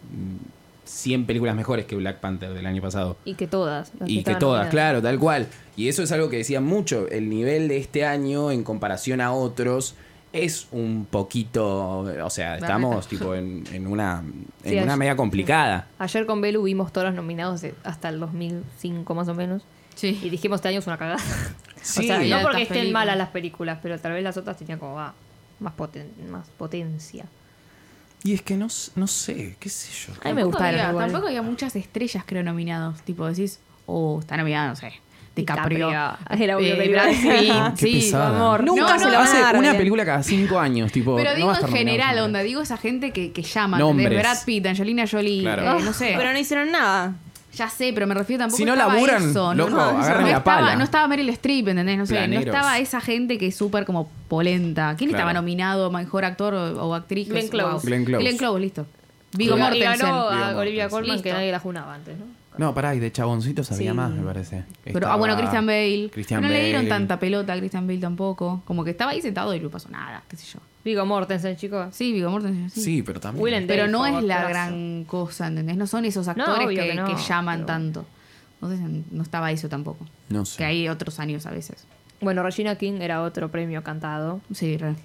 100 películas mejores que Black Panther del año pasado.
Y que todas. las
Y que
estaban
todas,
nominadas.
claro, tal cual. Y eso es algo que decía mucho. El nivel de este año en comparación a otros es un poquito. O sea, estamos tipo en, en una, en
Sí,
una
hay-
media complicada.
Ayer con Belu vimos todos los nominados de- hasta el 2005 más o menos.
Sí.
Y dijimos, este año es una cagada.
Sí.
o sea,
Y
no
altas
porque estén
películas.
malas las películas, pero tal vez las otras tenían como va, más, poten- más potencia.
Y es que no, s- no sé, qué sé yo.
A mí me
Tampoco
gustaron.
había-
igual.
Tampoco había muchas estrellas, creo, nominados. Tipo, decís, oh, está nominado, no sé. DiCaprio.
DiCaprio. Era obvio que
eh,
iba a
Brad
decir.
Pitt,
Qué
sí,
pesada.
amor.
Nunca
No,
se
no,
la va a
hace
dar,
una
bien.
película cada cinco años, tipo.
Pero
no
digo
va a
en
estar nominado
general,
siempre.
onda, digo esa gente que, que llama.
Nombres.
Brad Pitt, Angelina Jolie,
Claro.
eh, no sé.
Pero no hicieron nada.
Ya sé, pero me refiero tampoco
Si no
estaba
laburan,
eso,
loco,
no,
agarren la
estaba,
pala.
no estaba Meryl Streep, ¿entendés? No sé,
Planeros.
no estaba esa gente que es súper como polenta. ¿Quién
Claro.
estaba nominado mejor actor o, o actriz?
Glenn Close.
Glenn Close.
Glenn Close, listo. Vigo
Y ganó
Mortensen.
a
Viggo
Olivia
Mortensen.
Colman, que
Listo.
nadie la junaba antes, ¿no?
No, pará, y de chaboncitos había
Sí.
más, me parece.
Pero, ah,
Estaba
bueno, Christian Bale.
Christian
no le dieron
Bale.
tanta pelota a Christian Bale tampoco. Como que estaba ahí sentado y no pasó nada, qué sé yo.
Vigo Mortensen, chicos.
Sí, Vigo Mortensen, sí.
Sí, pero también.
Willem
Pero no
Dafoe,
es la
actorazo.
gran cosa, ¿entendés? No son esos actores
obvio
que,
que no,
que llaman
pero-
tanto. Entonces no estaba eso tampoco.
No sé.
Que hay otros años a veces.
Bueno, Regina King era otro premio cantado.
Sí, re.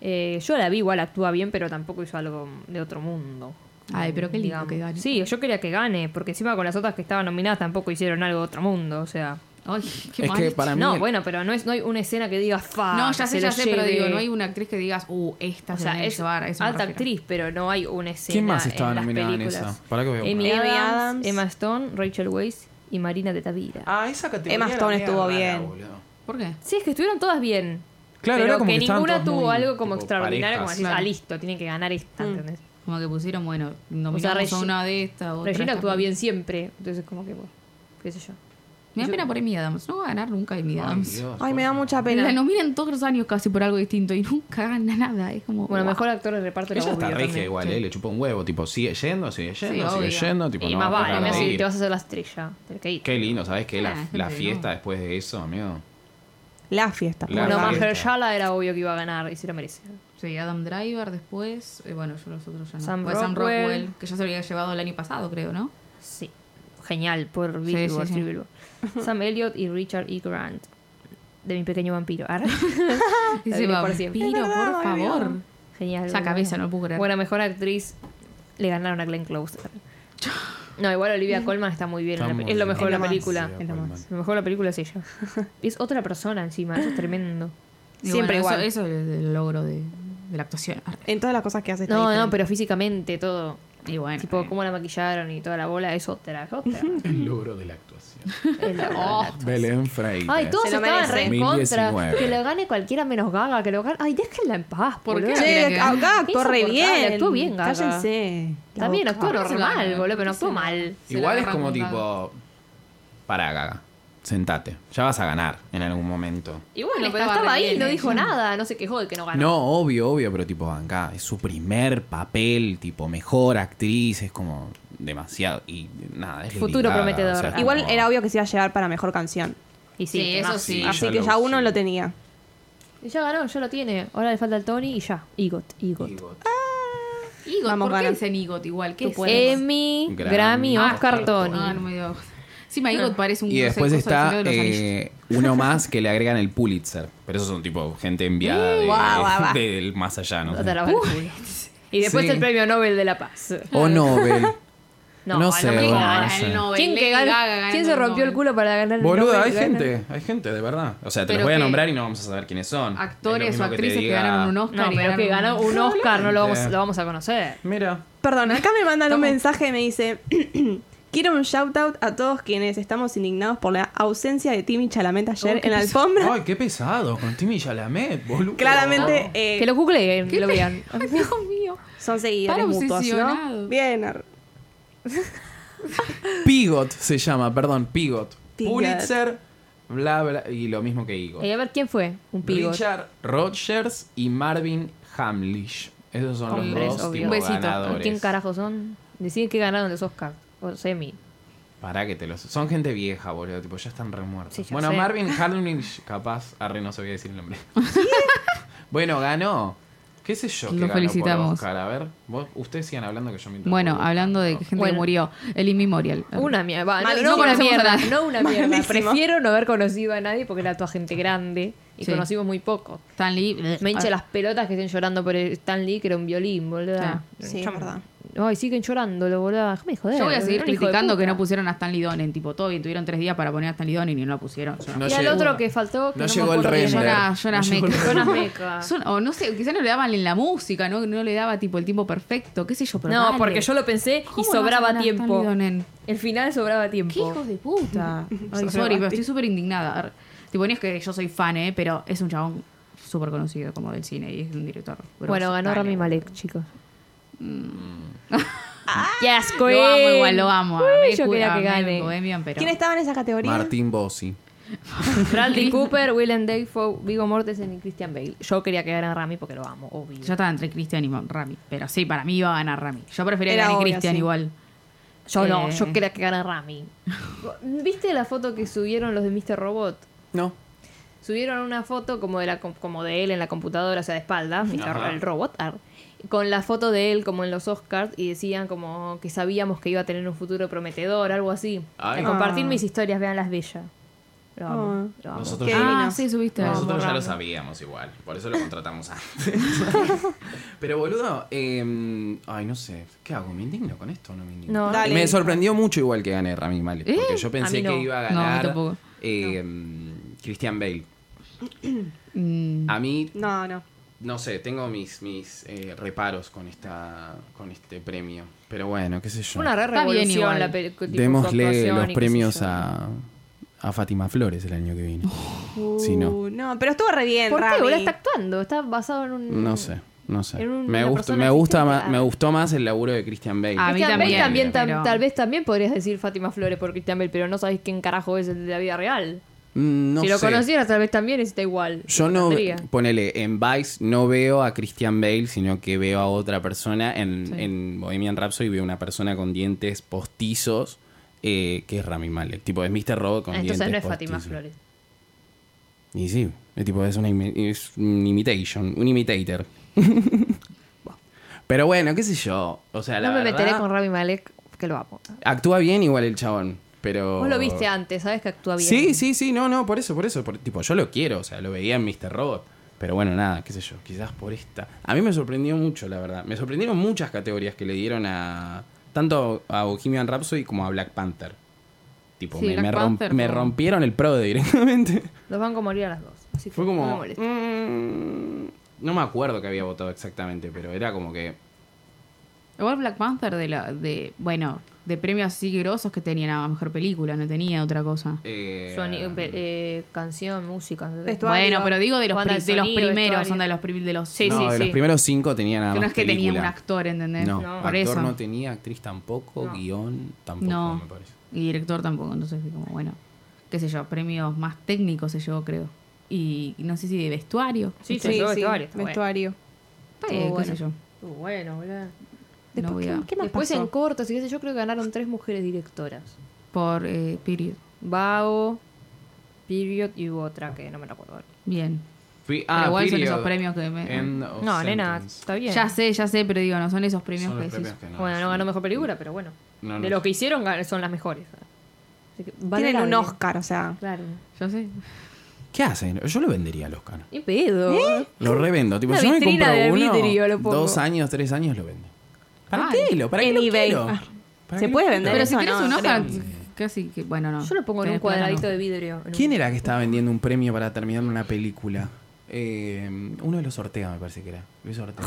Eh, yo la vi, igual actúa bien, pero tampoco hizo algo de otro mundo.
Ay, pero qué lindo
Digamos.
que gane.
Sí, yo quería que gane, porque encima con las otras que estaban nominadas tampoco hicieron algo de otro mundo, o sea.
Ay, qué
Es
mal.
que para mí.
no, bueno, pero no, es, no hay una escena que diga fa. Ah,
No, ya
que
sé,
se
ya
lo
sé, pero
lleve".
digo, no hay una actriz que digas, uh, esta
O
se
sea,
la
es
es llevar. a eso me
alta
refiero.
actriz, pero no hay una escena.
¿Quién más estaba
en las
nominada en
películas.
esa? Pará que voy a
Amy
buscar.
Adams,
Amy Adams.
Emma Stone, Rachel Weisz y Marina de Tavira.
Ah, esa categoría.
Emma Stone
era
estuvo
media
bien.
boludo.
¿Por qué?
Sí, es que estuvieron todas bien.
Claro,
pero
era como que estaban
ninguna
todas
tuvo
muy,
algo como
tipo,
extraordinario, como
parejas.
decir, ah,
Claro. Mm.
listo, tiene que ganar esta, ¿entendés?
Como que pusieron, bueno, nominamos
Regi-
a una de estas. otra
Regina
de
actúa
estas.
bien siempre, entonces como que, bueno, qué sé yo.
Me da pena por Amy Adams. No va a ganar nunca Amy
Ay,
Adams.
Dios,
Ay, me da
boludo.
mucha
la
pena.
nominan todos los años casi por algo distinto y nunca gana nada. Es como.
Bueno,
wow.
mejor actor de reparto era
Ella
obvio
está regia
también.
igual,
sí.
eh, le chupa un huevo, tipo, sigue yendo, sigue yendo, sigue
obvio.
yendo, tipo,
y
no
más
va a
vale,
parar
no
de
sé si
ir.
te vas a hacer la estrella. tenés que ir.
Qué lindo, ¿sabes qué?
Ah,
La,
gente
la
que no.
fiesta después de eso, amigo.
La fiesta.
bueno,
La
Bueno,
fiesta.
más-
Mahershala era obvio que iba a ganar y se lo merece.
Sí, Adam Driver después. eh, bueno, yo los otros ya no.
Sam
Pues Sam
Rockwell.
Rockwell, que ya se había llevado el año pasado, creo, ¿no?
Sí. Genial, por
Sí,
Bilbo,
sí, sí.
Steve Bilbo. Sam Elliott y Richard E. Grant. De mi pequeño vampiro. Arre. La
Dice,
diré por
por
siempre.
Piro,
Es verdad,
por
volvió.
favor.
Genial.
Esa
boludo.
cabeza, no lo puedo creer.
Bueno, mejor actriz le ganaron a Glenn Close. No, igual Olivia Colman está muy bien. en la
Mm. Está
pe-
muy
es lo
bien.
mejor de
Es
la
lo más.
película.
Olivia
Es lo más.
Colman.
Lo mejor de la película es ella. Es otra persona encima, eso es tremendo.
Y bueno,
Siempre igual.
Eso, eso es el logro de, de la actuación.
En todas las cosas que haces.
No, no, pero físicamente todo.
Y bueno.
Tipo,
eh.
cómo la maquillaron y toda la bola, es otra, es otra.
El logro de la actuación.
Es la
Oh.
bola.
Belén Freire.
Ay, todos
Se lo
estaban re
merece.
en contra.
2019.
Que lo gane cualquiera menos Gaga, que lo gane. Ay, déjenla en paz,
¿Por
boludo.
qué? Mira que-
Che, acá actuó re
Insoportable,
bien.
actuó bien, Gaga.
Cállense. la
También
boca.
actuó normal,
Claro.
boludo, pero no
Sí.
actuó mal.
Se
Igual
la
es como
agarran
tipo. Para, Gaga. Sentate. Ya vas a ganar en algún momento.
Y bueno,
Él
pero
estaba
estaba
re
ahí,
bien,
no
¿eh?
dijo nada, no se quejó de que no ganó.
No, obvio, obvio, pero tipo, acá es su primer papel, tipo, mejor actriz, es como demasiado. Y nada, es Lady
Futuro
Gaga,
prometedor.
o sea, es
Igual
Ah.
como-
era obvio que se iba a llevar para mejor canción.
Y sí,
Sí, eso
temazo.
sí.
Sí,
Así
ya
que
lo-
ya uno
sí.
lo tenía.
Y ya ganó, ya lo tiene. Ahora le falta el Tony y ya. Igot, Igot.
Igot,
Vamos,
¿por qué
Gaga.
dicen Igot igual? ¿Qué
Tú
es?
puedes.
Emmy,
Grammy,
Grammy,
Ah,
Oscar,
Oscar,
Tony.
Ah, no me dio. Encima Igot parece un
Y
no sé,
después
coso del
está
Señor de los Anillos.
eh, uno más que le agregan el
Mm,
Pulitzer. Pero esos son tipo gente enviada de-
Guau, guau, guau.
del más allá, ¿no?
Otra
sé.
la- Y después
Sí.
el premio Nobel de la Paz.
O Nobel.
No,
No
no
sé,
me
bueno,
digas.
no sé.
¿Quién, que gan- ¿Quién se rompió el culo para ganar el
Boluda,
Nobel?
hay
Ganan-
gente, hay gente, de verdad. O sea, te
Pero
los voy a
que-
nombrar y no vamos a saber quiénes son.
Actores
Es lo mismo
o
que te
actrices que
diga-
ganaron un Oscar.
No,
y
pero que
ganaron
ganó
un-
un Oscar, no lo vamos,
Probablemente.
lo vamos a conocer.
Mira.
Perdón, acá me mandan un mensaje y me dice: Quiero un shout out a todos quienes estamos indignados por la ausencia de Timmy Chalamet ayer
Oh, qué
en la
pesado.
alfombra.
Ay, qué pesado. Con Timmy Chalamet, boludo.
Claramente eh,
Que lo googleen, que lo vean.
Ay, Dios mío.
son seguidores
Para
mutuos, ¿no?
obsesionado.
Bien, ar-
Pigot se llama, perdón, Pigot.
Pigot.
Pulitzer, bla, bla. Y lo mismo que Igor.
Eh, a ver, ¿quién fue? Un pigo.
Richard Rogers y Marvin Hamlish. Esos son
Hombres,
los dos
obvio.
tipo
Un besito.
ganadores.
¿Quién carajo son? Deciden que ganaron los Oscars. O semi.
Pará que te los... Son gente vieja, boludo. Tipo, ya están remuertos.
Sí, ya
bueno,
sé.
Marvin Hamlish, capaz... Arre, no sabía decir el nombre. bueno, ganó. ¿Qué sé yo?
Lo
que ganó
felicitamos.
Por Oscar? A ver, vos- ustedes sigan hablando que yo mientras
Bueno,
voy buscando.
hablando de gente
Bueno.
que murió, el inmemorial.
Una mierda. No,
Malísimo.
no una
Conocemos a
mierda.
nadie.
No una mierda.
Malísimo.
Prefiero no haber conocido a nadie porque era toda gente grande y
Sí.
conocimos muy poco.
Stan Lee.
Me hincha
ah,
las pelotas que estén llorando por el Stan Lee, que era un violín, boludo.
Ah,
sí, es verdad.
Ay, siguen llorándolo, boludo. Déjame de joder.
Yo voy a seguir
era un hijo de
criticando que
puta.
no pusieron a Stan Lee Donen. Tipo, todo bien, tuvieron tres días para poner a Stan Lee Donen y no la pusieron. Yo no-
No
Y al
llegó.
otro que faltó. Que
No
no, me
llegó el
acuerdo bien.
render.
Jonas, Jonas
No llegó el
Meca.
Jonas Meca.
Son- o no sé, quizás no le daban en la música, no, no le daba tipo el tiempo perfecto, qué sé yo. Pero
No,
dale.
porque yo lo pensé y
¿Cómo no vas a
sobraba
ganar
tiempo.
Stanley Donen?
El final sobraba tiempo.
¡Qué hijos de puta! Ay, sorry, pero estoy súper indignada. Ar- Tipo, no es que yo soy fan, ¿eh? Pero es un chabón súper conocido como del cine y es un director. grosso.
Bueno, ganó
Dale. Mm.
Rami Malek, chicos. ¡Qué asco!
Lo amo
eh!
igual, lo amo.
Uy,
Amé
yo
Cu-
quería que
amé
gane.
Bohemian, pero...
¿Quién estaba en esa categoría?
Martín Bossi.
Bradley Cooper, Willem Dafoe, Vigo Mortensen y Christian Bale. Yo quería que ganara Rami porque lo amo, obvio.
Yo estaba entre Cristian y Rami. Pero sí, para mí iba a ganar Rami. Yo prefería
Era
que gane
obvio,
Cristian
sí.
igual.
Yo no,
Eh.
yo quería que ganara Rami. ¿Viste la foto que subieron los de Mr. Robot?
No.
Subieron una foto como de, la, com- como de él en la computadora, o sea, de espalda, Mr.
Ajá.
el robot, ar, con la foto de él como en los Oscars y decían como que sabíamos que iba a tener un futuro prometedor, algo así.
Ay.
Eh, Compartir
Ah.
mis historias, vean las bellas. Lo amo,
Ah.
lo amo.
Nosotros,
Qué
ya,
divino.
Ah, sí, subiste.
nosotros ya
Rami.
lo sabíamos igual. Por eso lo contratamos antes. Pero, boludo... eh, ay, no sé. ¿Qué hago? ¿Me indigno con esto o no me indigno?
No,
Dale.
Me sorprendió mucho igual que gané Rami Malek. Porque yo
A
pensé
mí no.
que iba a
No,
ganar
tampoco.
eh, mm, Christian Bale.
Mm,
A mí,
No, no.
no sé, tengo mis, mis eh, reparos con, esta, con este premio. Pero bueno, qué sé yo.
Fue una re
Está bien
revolución
igual.
la película.
Démosle los premios a, a Fátima Flores el año que viene. Si no.
Uh, pero estuvo re bien,
¿Por qué,
Rami.
boludo? Está actuando, está basado en un...
No sé, no sé.
Era un-
me,
una
gustó,
persona
me, gusta
existente.
ma- me gustó más el laburo de Christian Bale.
A mí
Christian Bale
también,
también, tam-
pero-
tal vez también podrías decir Fátima Flores por Christian Bale, pero no sabes quién carajo es el de la vida real.
Mm, no
si lo
sé.
conocieras, tal vez también está igual.
Yo no,
Podría.
ponele, en Vice no veo a Christian Bale, sino que veo a otra persona. En, en Bohemian Rhapsody veo una persona con dientes postizos, eh, que es Rami Malek. Tipo, es Mr. Robot con
Ah, Entonces
dientes
no es Fátima
postizos.
Flores.
Y sí, es tipo, es, una imi- es un imitation, un imitator. Pero bueno, qué sé yo. O sea, la
no me
verdad,
meteré con Rami Malek, que lo amo.
Actúa bien igual el chabón, pero...
Vos lo viste antes, sabes que actúa bien.
Oh. Sí, sí, sí, no, no, por eso, por eso. por- tipo, yo lo quiero, o sea, lo veía en Mr. Robot. Pero bueno, nada, qué sé yo, quizás por esta. A mí me sorprendió mucho, la verdad. Me sorprendieron muchas categorías que le dieron a. Tanto a Bohemian Rhapsody como a Black Panther. Tipo,
Sí,
me,
Black
me romp-
Panther,
me
como-
rompieron el pro directamente.
Los van a morir a las dos. Así que
Fue
No me
como.
molesta.
mm, no me acuerdo que había votado exactamente, pero era como que.
Igual Black Panther de la, de, bueno, de premios así grosos que tenían a mejor película, no tenía otra cosa.
eh,
Sonido, pe- eh, canción, música. no sé.
Vestuario.
Bueno, pero digo de los,
Banda
pri-
de
de los
sonido,
primeros,
vestuario.
onda de los prim- de los
Sí,
no,
sí,
de
sí.
los primeros cinco tenían nada
que
más.
no es que tenían
película.
un actor, ¿entendés?
No,
Por
actor
eso.
no tenía, actriz tampoco, guión tampoco,
No.
me parece.
Y director tampoco, entonces fue como, bueno, qué sé yo, premios más técnicos se llevó, creo. Y no sé si de vestuario.
Sí,
Sí,
sí,
sí,
yo vestuario. está bueno.
vestuario.
Eh, qué
bueno.
sé yo.
Estuvo bueno, boludo.
No voy a-
¿Qué más
Después
pasó?
en cortos, y qué sé yo, creo que ganaron tres mujeres directoras.
Por eh, Period.
Bao, Period y hubo otra que no me la acuerdo. ahora.
Bien.
Fui-
Pero igual son
period.
esos premios que me-
End of
No, nena,
Oh, sentence.
está bien.
Ya sé, ya sé, pero digo, no son esos premios
Son
que
los
decís.
premios que no.
Bueno, no ganó mejor película, pero bueno.
No, no
de
sé.
lo que hicieron gan- son las mejores. Así que
Tienen un
valorable.
Oscar, o sea.
Claro.
Yo sé.
¿Qué hacen? Yo lo vendería al Oscar.
Ni pedo.
Lo revendo. Tipo,
Una
yo me
vitrina
compro
de
uno,
vidrio, lo pongo.
dos años, tres años lo vendo. ¿Para
Ay,
qué lo? ¿Para qué
en
lo
eBay.
quiero?
Ah.
¿Para
¿Se
qué lo
puede
quiero?
vender?
Pero si
eso
quieres
no,
un Oscar,
creo.
casi que. Bueno, no.
Yo lo pongo en un
Tenés plata,
cuadradito
no.
de vidrio. en un-
Ah. ¿Quién era que estaba vendiendo un premio para terminar una película? Eh, uno de los sorteos me parece que era. Luis Ortega.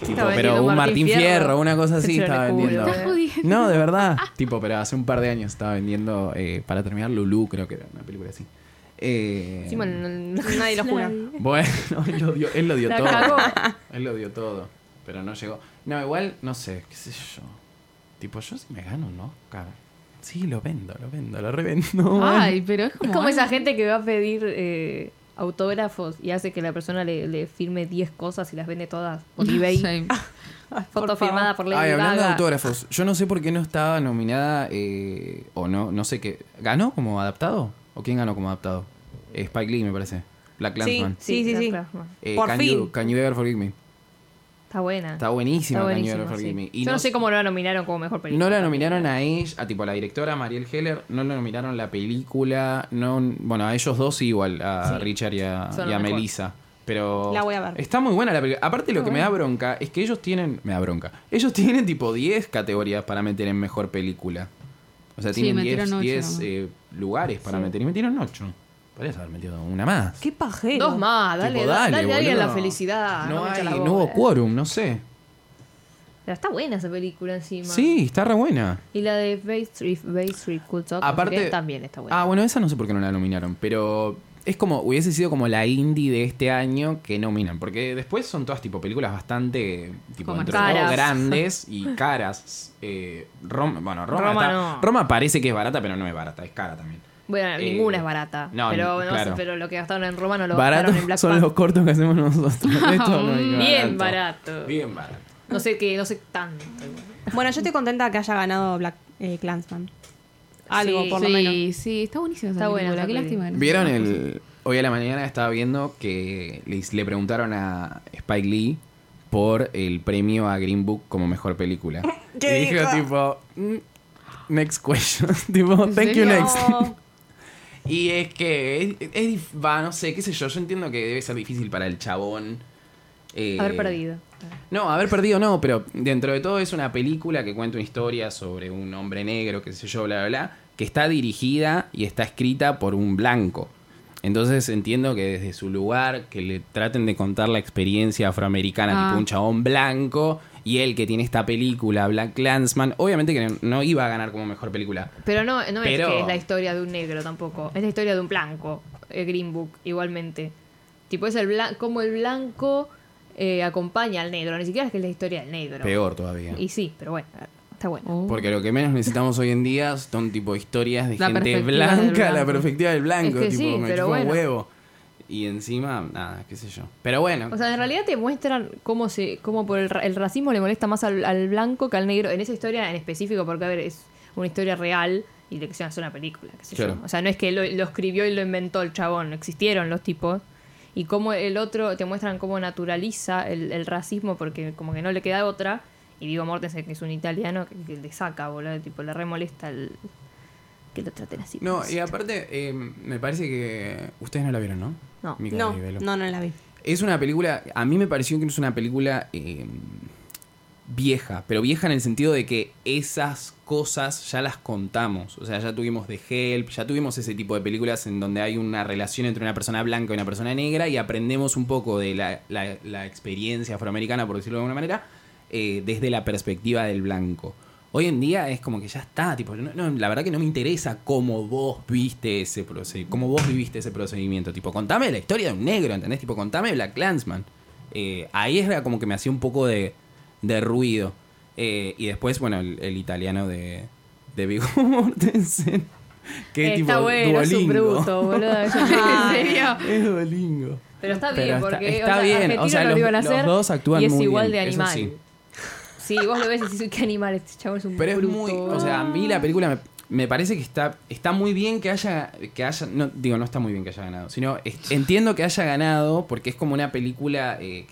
tipo,
Estaba
pero
vendiendo
un Martín
Martín
Fierro,
Fierro,
una cosa
que
así
se le
estaba
culo,
vendiendo.
Estás
jodiendo.
No, de verdad. tipo, pero hace un par de años estaba vendiendo eh, para terminar Lulú, creo que era una película así. Eh,
Encima no- no- no-
Nadie lo jura.
Bueno, él lo dio, él lo dio
La
todo.
cagó.
Él lo dio todo. Pero no llegó. No, igual, no sé, qué sé yo. Tipo, yo si me gano un Oscar. Sí, lo vendo, lo vendo, lo
Ah,
revendo.
Ay, pero es como.
Es como esa
algo-
gente que va a pedir eh, autógrafos y hace que la persona le, le firme 10 cosas y las vende todas por eBay.
Sí.
Foto firmada por Lady
Ay, hablando de
Gaga.
autógrafos, yo no sé por qué no estaba nominada eh, o no, no sé qué. ¿Ganó como adaptado? ¿O quién ganó como adaptado? Eh, Spike Lee, me parece. Black Klansman.
Sí, sí, sí.
claro, claro.
Eh,
Por
Can
fin.
You- Can You Ever Forgive Me?
Está buena.
Está buenísima
Está
Can You
buenísima,
Ever Forgive
sí.
Me. Y
Yo no, sé cómo la nominaron como mejor película.
No la nominaron a ella, a tipo a la directora Mariel Heller, no la nominaron la película, no, bueno, a ellos dos sí igual, a
Sí.
Richard y a,
Son
y a
lo mejor.
Melissa. Pero
La voy a ver.
está muy buena la película. Aparte lo que me da bronca es que ellos tienen, me da bronca. Ellos tienen tipo 10 categorías para meter en mejor película. O sea,
Sí,
tienen
metieron
10,
ocho.
10, eh, lugares para meter y metieron 8. Podrías haber metido una más.
Qué pajero.
Dos más, Ah, dale,
Tipo,
da- dale, a alguien
boludo.
la felicidad.
No,
me
hay,
hincha las
no
bolas.
hubo quórum, no sé.
Pero está buena esa película encima.
Sí, está re buena.
Y la de Bay Street, Bay Street Cool Talk, no sé qué, también está buena.
Ah, bueno, esa no sé por qué no la nominaron, pero es como, hubiese sido como la indie de este año que nominan, porque después son todas tipo películas bastante, tipo,
Como
entre todo,
caras.
grandes y caras. Eh, Roma, bueno, Roma,
Roma
está-
no.
Roma parece que es barata, pero no es barata, es cara también.
Bueno,
Eh,
ninguna es barata.
no,
pero,
ni-
no
claro.
sé, pero lo que gastaron en Roma no lo
Barato
gastaron en Black
son
Panther. Mm,
los cortos que hacemos nosotros. Esto no es
Bien barato.
Bien barato.
No sé qué, no sé tanto.
Bueno, yo estoy contenta que haya ganado Black eh, Klansman. Algo,
Sí,
por lo menos.
Sí, sí, está buenísima esa
Está buena
película.
esa
Qué
película.
lástima. que no se
¿Vieron
llama.
el.? Hoy a la mañana estaba viendo que le, le preguntaron a Spike Lee por el premio a Green Book como mejor película.
¿Qué
y dijo
dijo?
tipo. "Mm, Next question. tipo,
¿En
thank you
serio?
next. y es que. Es, es dif- va, no sé, qué sé yo. Yo entiendo que debe ser difícil para el chabón. eh,
Haber perdido.
no, haber perdido no, pero dentro de todo es una película que cuenta una historia sobre un hombre negro, qué sé yo, bla, bla, bla, que está dirigida y está escrita por un blanco. Entonces entiendo que desde su lugar, que le traten de contar la experiencia afroamericana,
Ah.
tipo un chabón blanco, y él que tiene esta película, Black Clansman, obviamente que no iba a ganar como mejor película.
Pero no, no
Pero-
es que es la historia de un negro tampoco. Es la historia de un blanco. El Green Book, igualmente. Tipo, es el blanco, como el blanco eh, acompaña al negro. Ni siquiera es que es la historia del negro.
Peor todavía.
Y sí, pero bueno, está bueno.
Oh.
Porque lo que menos necesitamos hoy en día son tipo historias de
La
gente
perspectiva del
blanca, la
blanco.
perspectiva del blanco,
Es que
tipo,
sí,
me
pero
chupa un
bueno.
huevo. Y encima, nada, qué sé yo. Pero bueno,
O sea, en realidad te muestran cómo se, cómo por el, ra- el racismo le molesta más al, al blanco que al negro. En esa historia en específico, porque a ver, es una historia real y le quisieron hacer una película, qué sé yo.
Claro.
O sea, no es que lo, lo escribió y lo inventó el chabón, existieron los tipos. Y cómo el otro, te muestran cómo naturaliza el, el racismo porque como que no le queda otra. Y Vigo Mortensen, que es un italiano, que, que le saca, boludo, tipo, le remolesta el que lo traten así.
no, y
pobrecito.
aparte, eh, me parece que ustedes no la vieron, ¿no?
No.
Mica
No,
Rivelo.
no, no la vi.
Es una película, a mí me pareció que es una película eh, vieja, pero vieja en el sentido de que esas cosas ya las contamos. O sea, ya tuvimos The Help, ya tuvimos ese tipo de películas en donde hay una relación entre una persona blanca y una persona negra y aprendemos un poco de la, la- la experiencia afroamericana, por decirlo de alguna manera, eh, desde la perspectiva del blanco. Hoy en día es como que ya está, tipo, no- no, la verdad que no me interesa cómo vos viste ese procedimiento, cómo vos viviste ese procedimiento, tipo, contame la historia de un negro, ¿entendés? Tipo, contame Black Clansman. Eh, ahí era como que me hacía un poco de, de ruido. Eh, y después, bueno, el, el italiano de, de Viggo Mortensen, que es
Está
tipo
bueno, es un
Duolingo.
bruto, boludo. ¿En serio?
Es Duolingo.
Pero está
Pero
bien,
está-
porque
está bien, o sea,
no
los-
lo iban a
los
hacer,
dos actúan
y es
muy
igual
bien,
de
eso
animal.
sí.
Sí. vos lo ves y decís, qué animal, este chabón es un
Pero es
bruto.
muy. O sea, a mí la película me, me parece que está, está muy bien que haya. que haya no, Digo, no está muy bien que haya ganado. Sino es- entiendo que haya ganado porque es como una película. eh,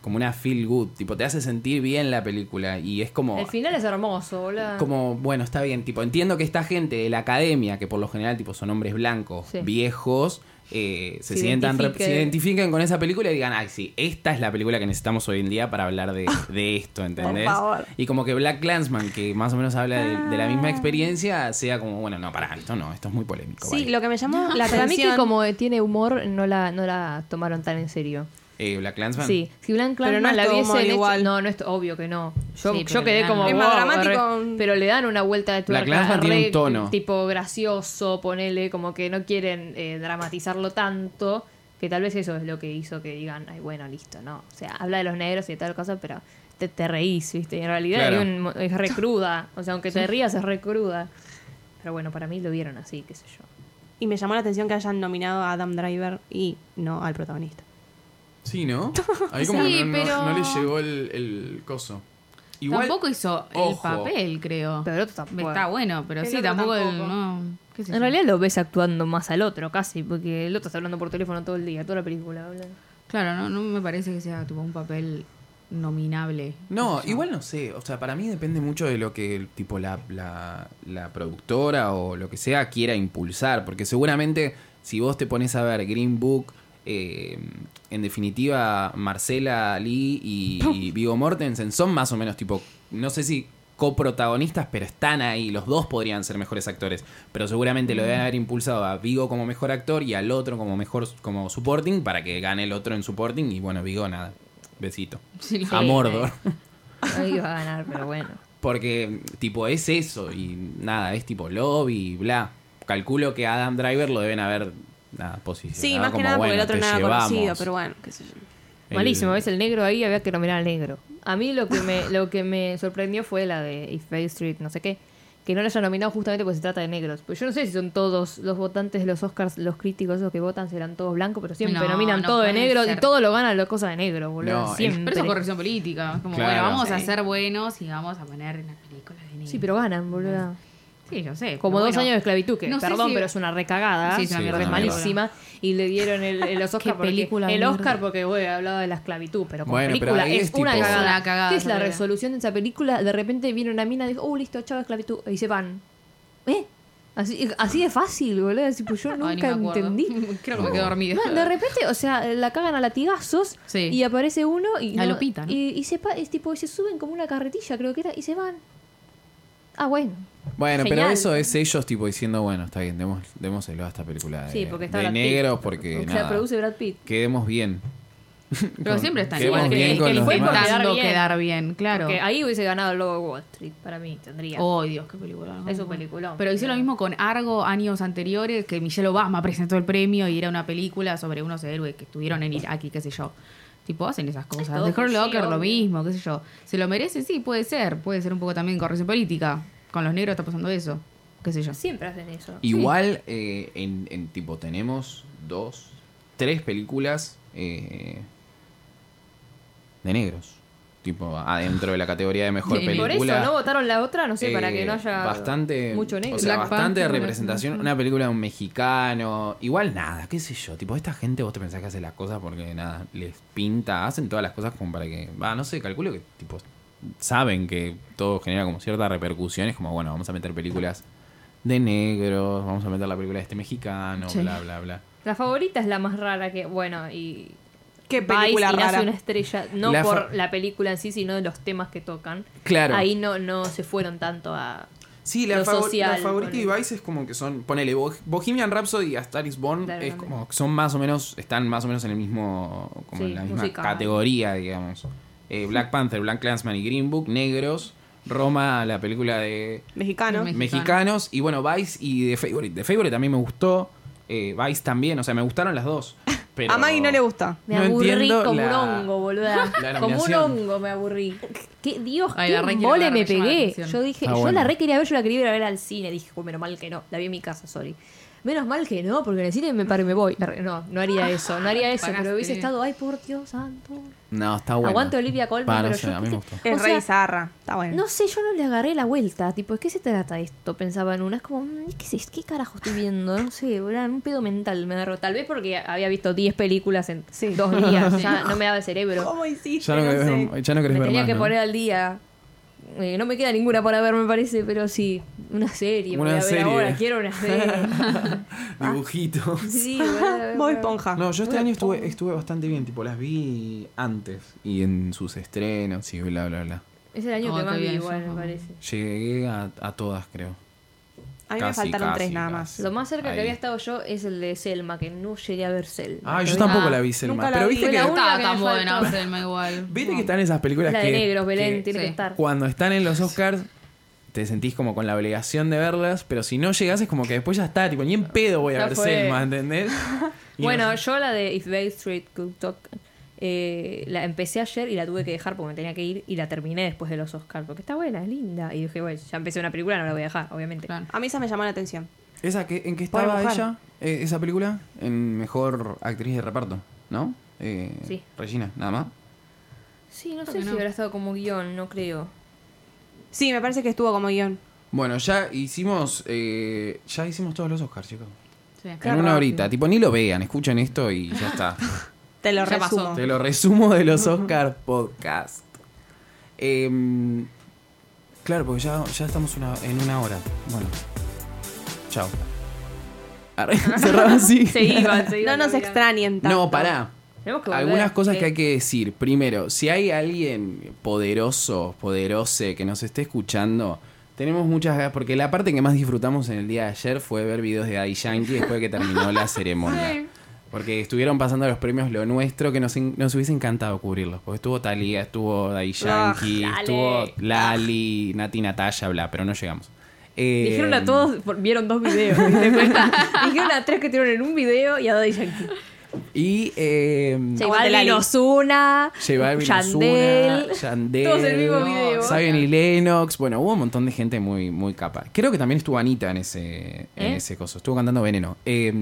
como una feel good. Tipo, te hace sentir bien la película. Y es como.
El final es hermoso, boludo.
Como, bueno, está bien, tipo, entiendo que esta gente de la academia, que por lo general tipo son hombres blancos,
Sí.
viejos, eh, se,
Se
sientan rep-
identifiquen.
se identifiquen con esa película y digan, ay, sí, esta es la película que necesitamos hoy en día para hablar de, de esto, ¿entendés?
favor.
Y como que Black Clansman, que más o menos habla de, de la misma experiencia, sea como, bueno, no, pará, esto no, esto es muy polémico.
Sí,
bye".
lo que me llamó la
Para mí
atención...
que como tiene humor no la, no la tomaron tan en serio.
Eh, Black Clansman.
Sí, si Blanc
Pero
Clansman
no es
la
todo
hubiesen
humor
hecho-
igual.
este- No, no es obvio que no. Yo,
Sí,
yo
pero
quedé
le
como.
dan-
Es más
"Wow,
dramático".
re-". pero le dan una vuelta de tuerca.
Clansman tiene un tono.
Tipo gracioso, ponele, como que no quieren eh, dramatizarlo tanto. Que tal vez eso es lo que hizo que digan, ay, bueno, listo, no. O sea, habla de los negros y de tal cosa, pero te, te reís, ¿viste? Y en realidad
Claro.
hay un mo- es re cruda. O sea, aunque te rías, es re cruda. Pero bueno, para mí lo vieron así, qué sé yo.
Y me llamó la atención que hayan nominado a Adam Driver y no al protagonista.
Sí, ¿no? A mí
Sí,
como que no, no-
pero-
no le llegó el, el coso.
tampoco hizo
ojo.
el papel, creo.
Pero el otro tampoco.
Está bueno, pero
El
sí,
otro
tampoco. el-
tampoco.
no, qué sé
En
yo.
realidad lo ves actuando más al otro, casi, porque el otro está hablando por teléfono todo el día, toda la película habla.
Claro, no, no me parece que sea tipo un papel nominable.
No, igual no sé. O sea, para mí depende mucho de lo que tipo la, la, la productora o lo que sea quiera impulsar. Porque seguramente si vos te pones a ver Green Book, eh, en definitiva Marcela Lee y, y Vigo Mortensen son más o menos tipo, no sé si coprotagonistas, pero están ahí. Los dos podrían ser mejores actores. Pero seguramente lo deben haber impulsado a Vigo como mejor actor y al otro como mejor como supporting para que gane el otro en supporting. Y bueno, Vigo nada. Besito.
Sí.
a Mordor.
No iba a ganar, pero bueno.
Porque, tipo, es eso. Y nada, es tipo lobby y bla. Calculo que Adam Driver lo deben haber nada, posicionado.
Sí, más que
ah, como,
nada porque el
bueno,
otro
te
no era
llevamos.
conocido, pero bueno, qué sé yo.
El-
Malísimo, ves el negro ahí, había que nominar al negro. A mí lo que me, lo que me sorprendió fue la de If Bay Street, no sé qué, que no la haya nominado justamente porque se trata de negros. Pues yo no sé si son todos los votantes de los Oscars, los críticos, los que votan serán todos blancos, pero siempre
No,
nominan
no
todo de
puede
negro y
ser.
todo lo ganan las cosas de negro, boludo.
No, el-
siempre.
Pero eso es corrección política. es Como,
Claro.
bueno, vamos a
Sí.
ser buenos y vamos a poner una película de negros.
Sí, pero ganan, boludo.
Sí, yo sé.
Como
pero
dos
bueno.
años de esclavitud, que
No sé
perdón,
si-
pero es una recagada,
Sí, es una
Sí, mierda.
es malísima. Y le dieron el, el Oscar
Qué
porque,
película de
el
mierda.
Oscar porque bueno, hablaba de la esclavitud, pero como
Bueno, pero
película
ahí
es,
es
una
tipo-
cagada.
Es una cagada,
¿Qué es la
boluda.
resolución de esa película? De repente viene una mina y dijo, oh listo, chao esclavitud, y se van. ¿Eh? Así, así de fácil, boludo. Así, pues yo
Ay, ni
nunca
me acuerdo.
entendí.
Creo que me quedé dormida.
Man, de repente, o sea, la cagan a latigazos
Sí.
y aparece uno y,
A Lupita, ¿no?
y, y se pa- es tipo, y se suben como una carretilla, creo que era, y se van. Ah, bueno.
Bueno, pero
Genial.
eso es ellos tipo diciendo, bueno, está bien, demos, démoselo a esta película de,
Sí, porque está
Eh, de
Brad Pitt.
negros porque
O sea,
nada,
produce Brad Pitt.
quedemos bien.
Pero siempre está
Quedemos
igual.
bien
es
con
que
los
fue
demás.
intentando
Quedar bien.
quedar bien, claro.
Porque ahí hubiese ganado el logo de Wall Street, para mí, tendría.
Oh, Dios, qué película.
Es un peliculón.
Pero hizo lo mismo con Argo años anteriores, que Michelle Obama presentó el premio y era una película sobre unos héroes que estuvieron en Irak y qué sé yo. Tipo, hacen esas cosas.
todo
De Hurt
cliché,
Locker lo
obvio.
mismo, qué sé yo. ¿Se lo merece? Sí, puede ser. Puede ser un poco también corrección política. Con los negros está pasando eso. Qué sé yo.
Siempre hacen eso.
Igual, eh, en, en tipo, tenemos dos, tres películas eh, de negros. Tipo, adentro de la categoría de mejor
Y por eso,
Por
película.
eso, ¿no votaron la otra? No sé, para
Eh,
que no haya
bastante,
mucho negro.
O sea,
Black
bastante
Panther,
representación. Una película de un mexicano. Igual nada, qué sé yo. Tipo, esta gente vos te pensás que hace las cosas porque nada, les pinta. Hacen todas las cosas como para que. Va, no sé, calculo que tipo saben que todo genera como ciertas repercusiones. Como bueno, vamos a meter películas de negros, vamos a meter la película de este mexicano,
Sí.
bla, bla, bla.
La favorita es la más rara que. Bueno, y.
Qué
Vice
película
y nace
rara.
una estrella, no
La fa-
por la película en sí, sino de los temas que tocan.
Claro.
Ahí no, no se fueron tanto a.
Sí, la,
lo
favor-
social,
la favorita y
ponele.
Vice es como que son, ponele, Bo- Bohemian Rhapsody y A Star is Born
Claro,
es
también.
como, que son más o menos, están más o menos en el mismo, como
Sí,
en la misma
musical.
categoría, digamos. Eh, Black Panther, Black Clansman y Green Book, negros, Roma, la película de
Mexicano.
Me-
mexicanos, y bueno, Vice y The Favorite. The Favorite también me gustó, eh, Vice también, o sea, me gustaron las dos. Pero...
A Maggie no le gusta.
Me
No
aburrí
entiendo
como un
la-
hongo, boluda.
la
Como un
nominación.
hongo me aburrí. ¿Qué, Dios,
Ay, la re
qué
quiero
mole
ver,
me
me llama la
pegué.
atención.
Yo dije,
Ah,
yo
bueno.
la re quería ver, yo la quería ir a ver al cine. Dije, "Uy, menos mal que no. La vi en mi casa, sorry. Menos mal que no, porque en el cine me paro y me voy. Arre, No, no haría eso, no haría eso.
Pagaste.
Pero hubiese estado, ay, por Dios santo.
No, está bueno.
Aguante Olivia Colman,
Va, no
pero
sé,
yo
a mí me
qué sé-
gustó.
O
Es re
sea,
bizarra. Está bueno.
No sé, yo no le agarré la vuelta. Tipo, ¿de qué se trata esto? Pensaba en una. Es como, mm, ¿qué, es esto? ¿Qué carajo estoy viendo? No sé, boluda, un pedo mental me agarró. Tal vez porque había visto 10 películas en
Sí.
dos días. Ya no me daba el cerebro.
¿Cómo hiciste?
Ya no,
No
querés
sé.
ver- ya no querés
Me
ver
tenía
más,
que
¿no?
poner al día. eh, no me queda ninguna para ver, me parece, pero sí, una serie.
Una
voy a ver
serie.
ahora, quiero una serie.
Dibujitos.
sí, voy a ver,
Voy
voy a ver.
esponja.
No, yo este
Una
año estuve,
pom-
estuve bastante bien, tipo, las vi antes y en sus estrenos y bla, bla, bla.
Es el año
Oh,
que
qué
más vi,
bien,
igual,
yo-
me parece.
Llegué a, a todas, creo.
A mí me
Casi,
faltaron
casi,
tres nada más.
casi.
Lo más cerca
Ahí.
que había estado yo es el de Selma, que no llegué a ver Selma.
Ah, yo
Pero-
tampoco
Ah,
la vi, Selma.
nunca la
pero
vi.
viste
Fue
que,
la
única
única
que
tan
me
buena,
faltó.
Selma, igual.
viste
No.
que están esas películas
La
que,
de negros, Belén,
que
tiene que
sí.
estar.
cuando están en los Oscars te sentís como con la obligación de verlas, pero si no llegás es como que después ya está, tipo, ni en pedo voy a
Ya
ver
fue.
Selma, ¿entendés? Y
Bueno,
no-
yo la de If Bay Street Could Talk eh, la empecé ayer y la tuve que dejar porque me tenía que ir y la terminé después de los Oscars porque está buena, es linda. Y dije, bueno, ya empecé una película, no la voy a dejar, obviamente.
Claro.
A mí esa me llamó la atención.
¿Esa que, ¿En qué
Pobre
estaba
mujer.
ella? Eh, ¿Esa película? En Mejor Actriz de Reparto, ¿no? Eh,
Sí.
Regina, nada más.
Sí, no
que
sé si
no.
habrá estado como guión, no creo.
Sí, me parece que estuvo como guión.
Bueno, ya hicimos eh, ya hicimos todos los Oscars, chicos.
Sí.
Qué
en una
rápido.
horita. Tipo, ni lo vean, escuchen esto y ya está.
Te lo
Ya pasó.
resumo.
Te lo resumo de los Oscars Podcast. Em, claro, porque ya, ya estamos una- en una hora. Bueno. Chao. Arre, Cerramos así.
Se iban, se
No
iban,
nos
se iban.
extrañen tanto.
No, pará.
Tenemos que volver.
Algunas cosas
Eh,
que hay que decir. Primero, si hay alguien poderoso, poderose, que nos esté escuchando, tenemos muchas ganas. Porque la parte que más disfrutamos en el día de ayer fue ver videos de Daddy Yankee después de que terminó la ceremonia. Porque estuvieron pasando los premios Lo Nuestro, que nos, en- nos hubiese encantado cubrirlos. Porque estuvo Talía, estuvo Daddy Yankee,
Lali.
estuvo Lali, Nati Natalia, bla, pero no llegamos. Eh,
Dijeron a todos, por- vieron dos videos. ¿viste? Dijeron a tres que tuvieron en un video y a Daddy Yankee.
Y. eh,
J
Aguante, Lali.
Balvin, Ozuna,
J Balvin,
Yandel.
Ozuna, Yandel,
Todos en el mismo
no,
video.
Zion y Lennox. Bueno, hubo un montón de gente muy, muy capa. Creo que también estuvo Anita en ese, en
¿Eh?
ese coso. Estuvo cantando Veneno. Eh,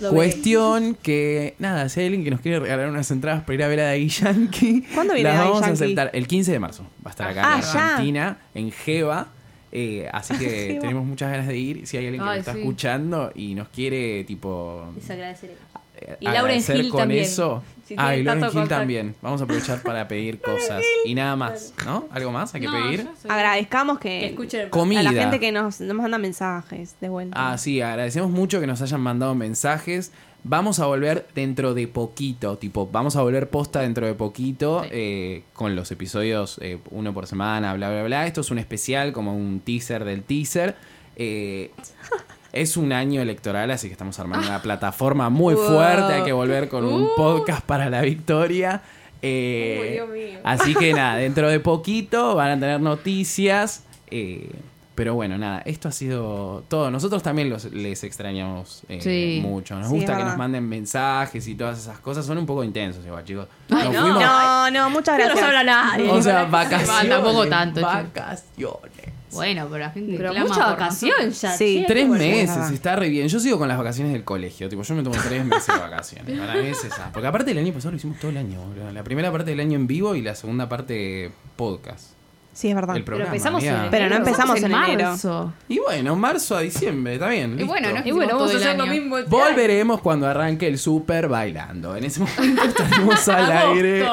lo
cuestión que, nada, si hay alguien que nos quiere regalar unas entradas para ir a ver a Daddy Yankee,
¿Cuándo viene
las
Daddy
vamos a
Yankee?
aceptar. El 15 de marzo va a estar acá
Ah,
en
ya.
Argentina, en Jeva. Eh, así que
Jeva.
tenemos muchas ganas de ir. Si hay alguien que nos
Ay,
está
sí.
escuchando y nos quiere, tipo,
Les agradeceré.
eh,
Y Lauren
agradecer
Hill
con
también.
eso.
Si tiene
ah, y Lauren Hill
tanto contacto.
también. Vamos a aprovechar para pedir cosas. Y nada más, ¿no? ¿Algo más hay que
No,
pedir?
ya sé.
Agradezcamos
Que
que,
escuchen el
Comida.
a la gente que nos, nos manda mensajes de vuelta.
Ah, sí, agradecemos mucho que nos hayan mandado mensajes. Vamos a volver dentro de poquito, tipo, vamos a volver posta dentro de poquito
Sí.
eh, con los episodios eh, uno por semana, bla, bla, bla. Esto es un especial, como un teaser del teaser. Eh, es un año electoral, así que estamos armando una plataforma muy
Ah. Wow. Uh.
fuerte. Hay que volver con un podcast para la victoria. Eh,
Uy, Dios mío.
Así que nada, dentro de poquito van a tener noticias. eh, pero bueno, nada, esto ha sido todo. Nosotros también los, les extrañamos eh,
Sí.
mucho. Nos
Sí, es
gusta que
verdad.
nos manden mensajes y todas esas cosas. Son un poco intensos igual, chicos.
Ay,
Nos
no.
fuimos-
No, no, muchas
No
gracias.
nos habla nadie.
O sea, vacaciones.
Tampoco tanto, che.
Vacaciones.
Bueno, pero la gente
Pero
clama
mucha
por
vacación ya.
Sí.
che,
Tres
qué bueno.
meses, está re bien. Yo sigo con las vacaciones del colegio. Tipo, yo me tomo tres meses de vacaciones. Para mí es esa. Porque aparte del año pasado lo hicimos todo el año, boludo. La primera parte del año en vivo y la segunda parte podcast.
Sí, es verdad.
El programa.
empezamos en
amiga.
el-
Pero no empezamos
nosotros.
en, enero.
marzo.
Y bueno, marzo a diciembre, está bien.
Y
listo.
bueno, no es
Y
que
bueno,
hicimos
vamos a
todo el
hacer lo
año.
mismo. este
Volveremos cuando arranque el super bailando. En ese momento estaremos al
Agosto.
aire.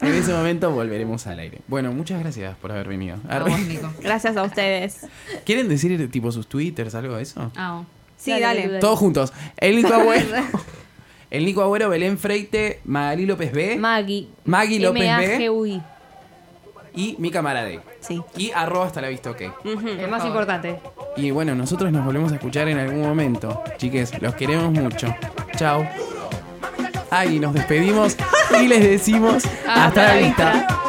En ese momento volveremos al aire. Bueno, muchas gracias por haber venido.
A vos, Nico.
Gracias a ustedes.
¿Quieren decir tipo sus twitters, algo de eso?
Ah, vos.
Sí,
Dale,
dale.
dale.
Todos juntos. El Nico Agüero. El Nico Agüero, Belén Freite, Magalí López B.
año. Maggie.
Maggie López B.
M-A-G-U-I.
y mi camaradei.
Sí.
Y arroba hasta la vista, ok.
El más importante.
Y bueno, nosotros nos volvemos a escuchar en algún momento. Chiques, los queremos mucho. Chao. Ay, nos despedimos y les decimos hasta la vista.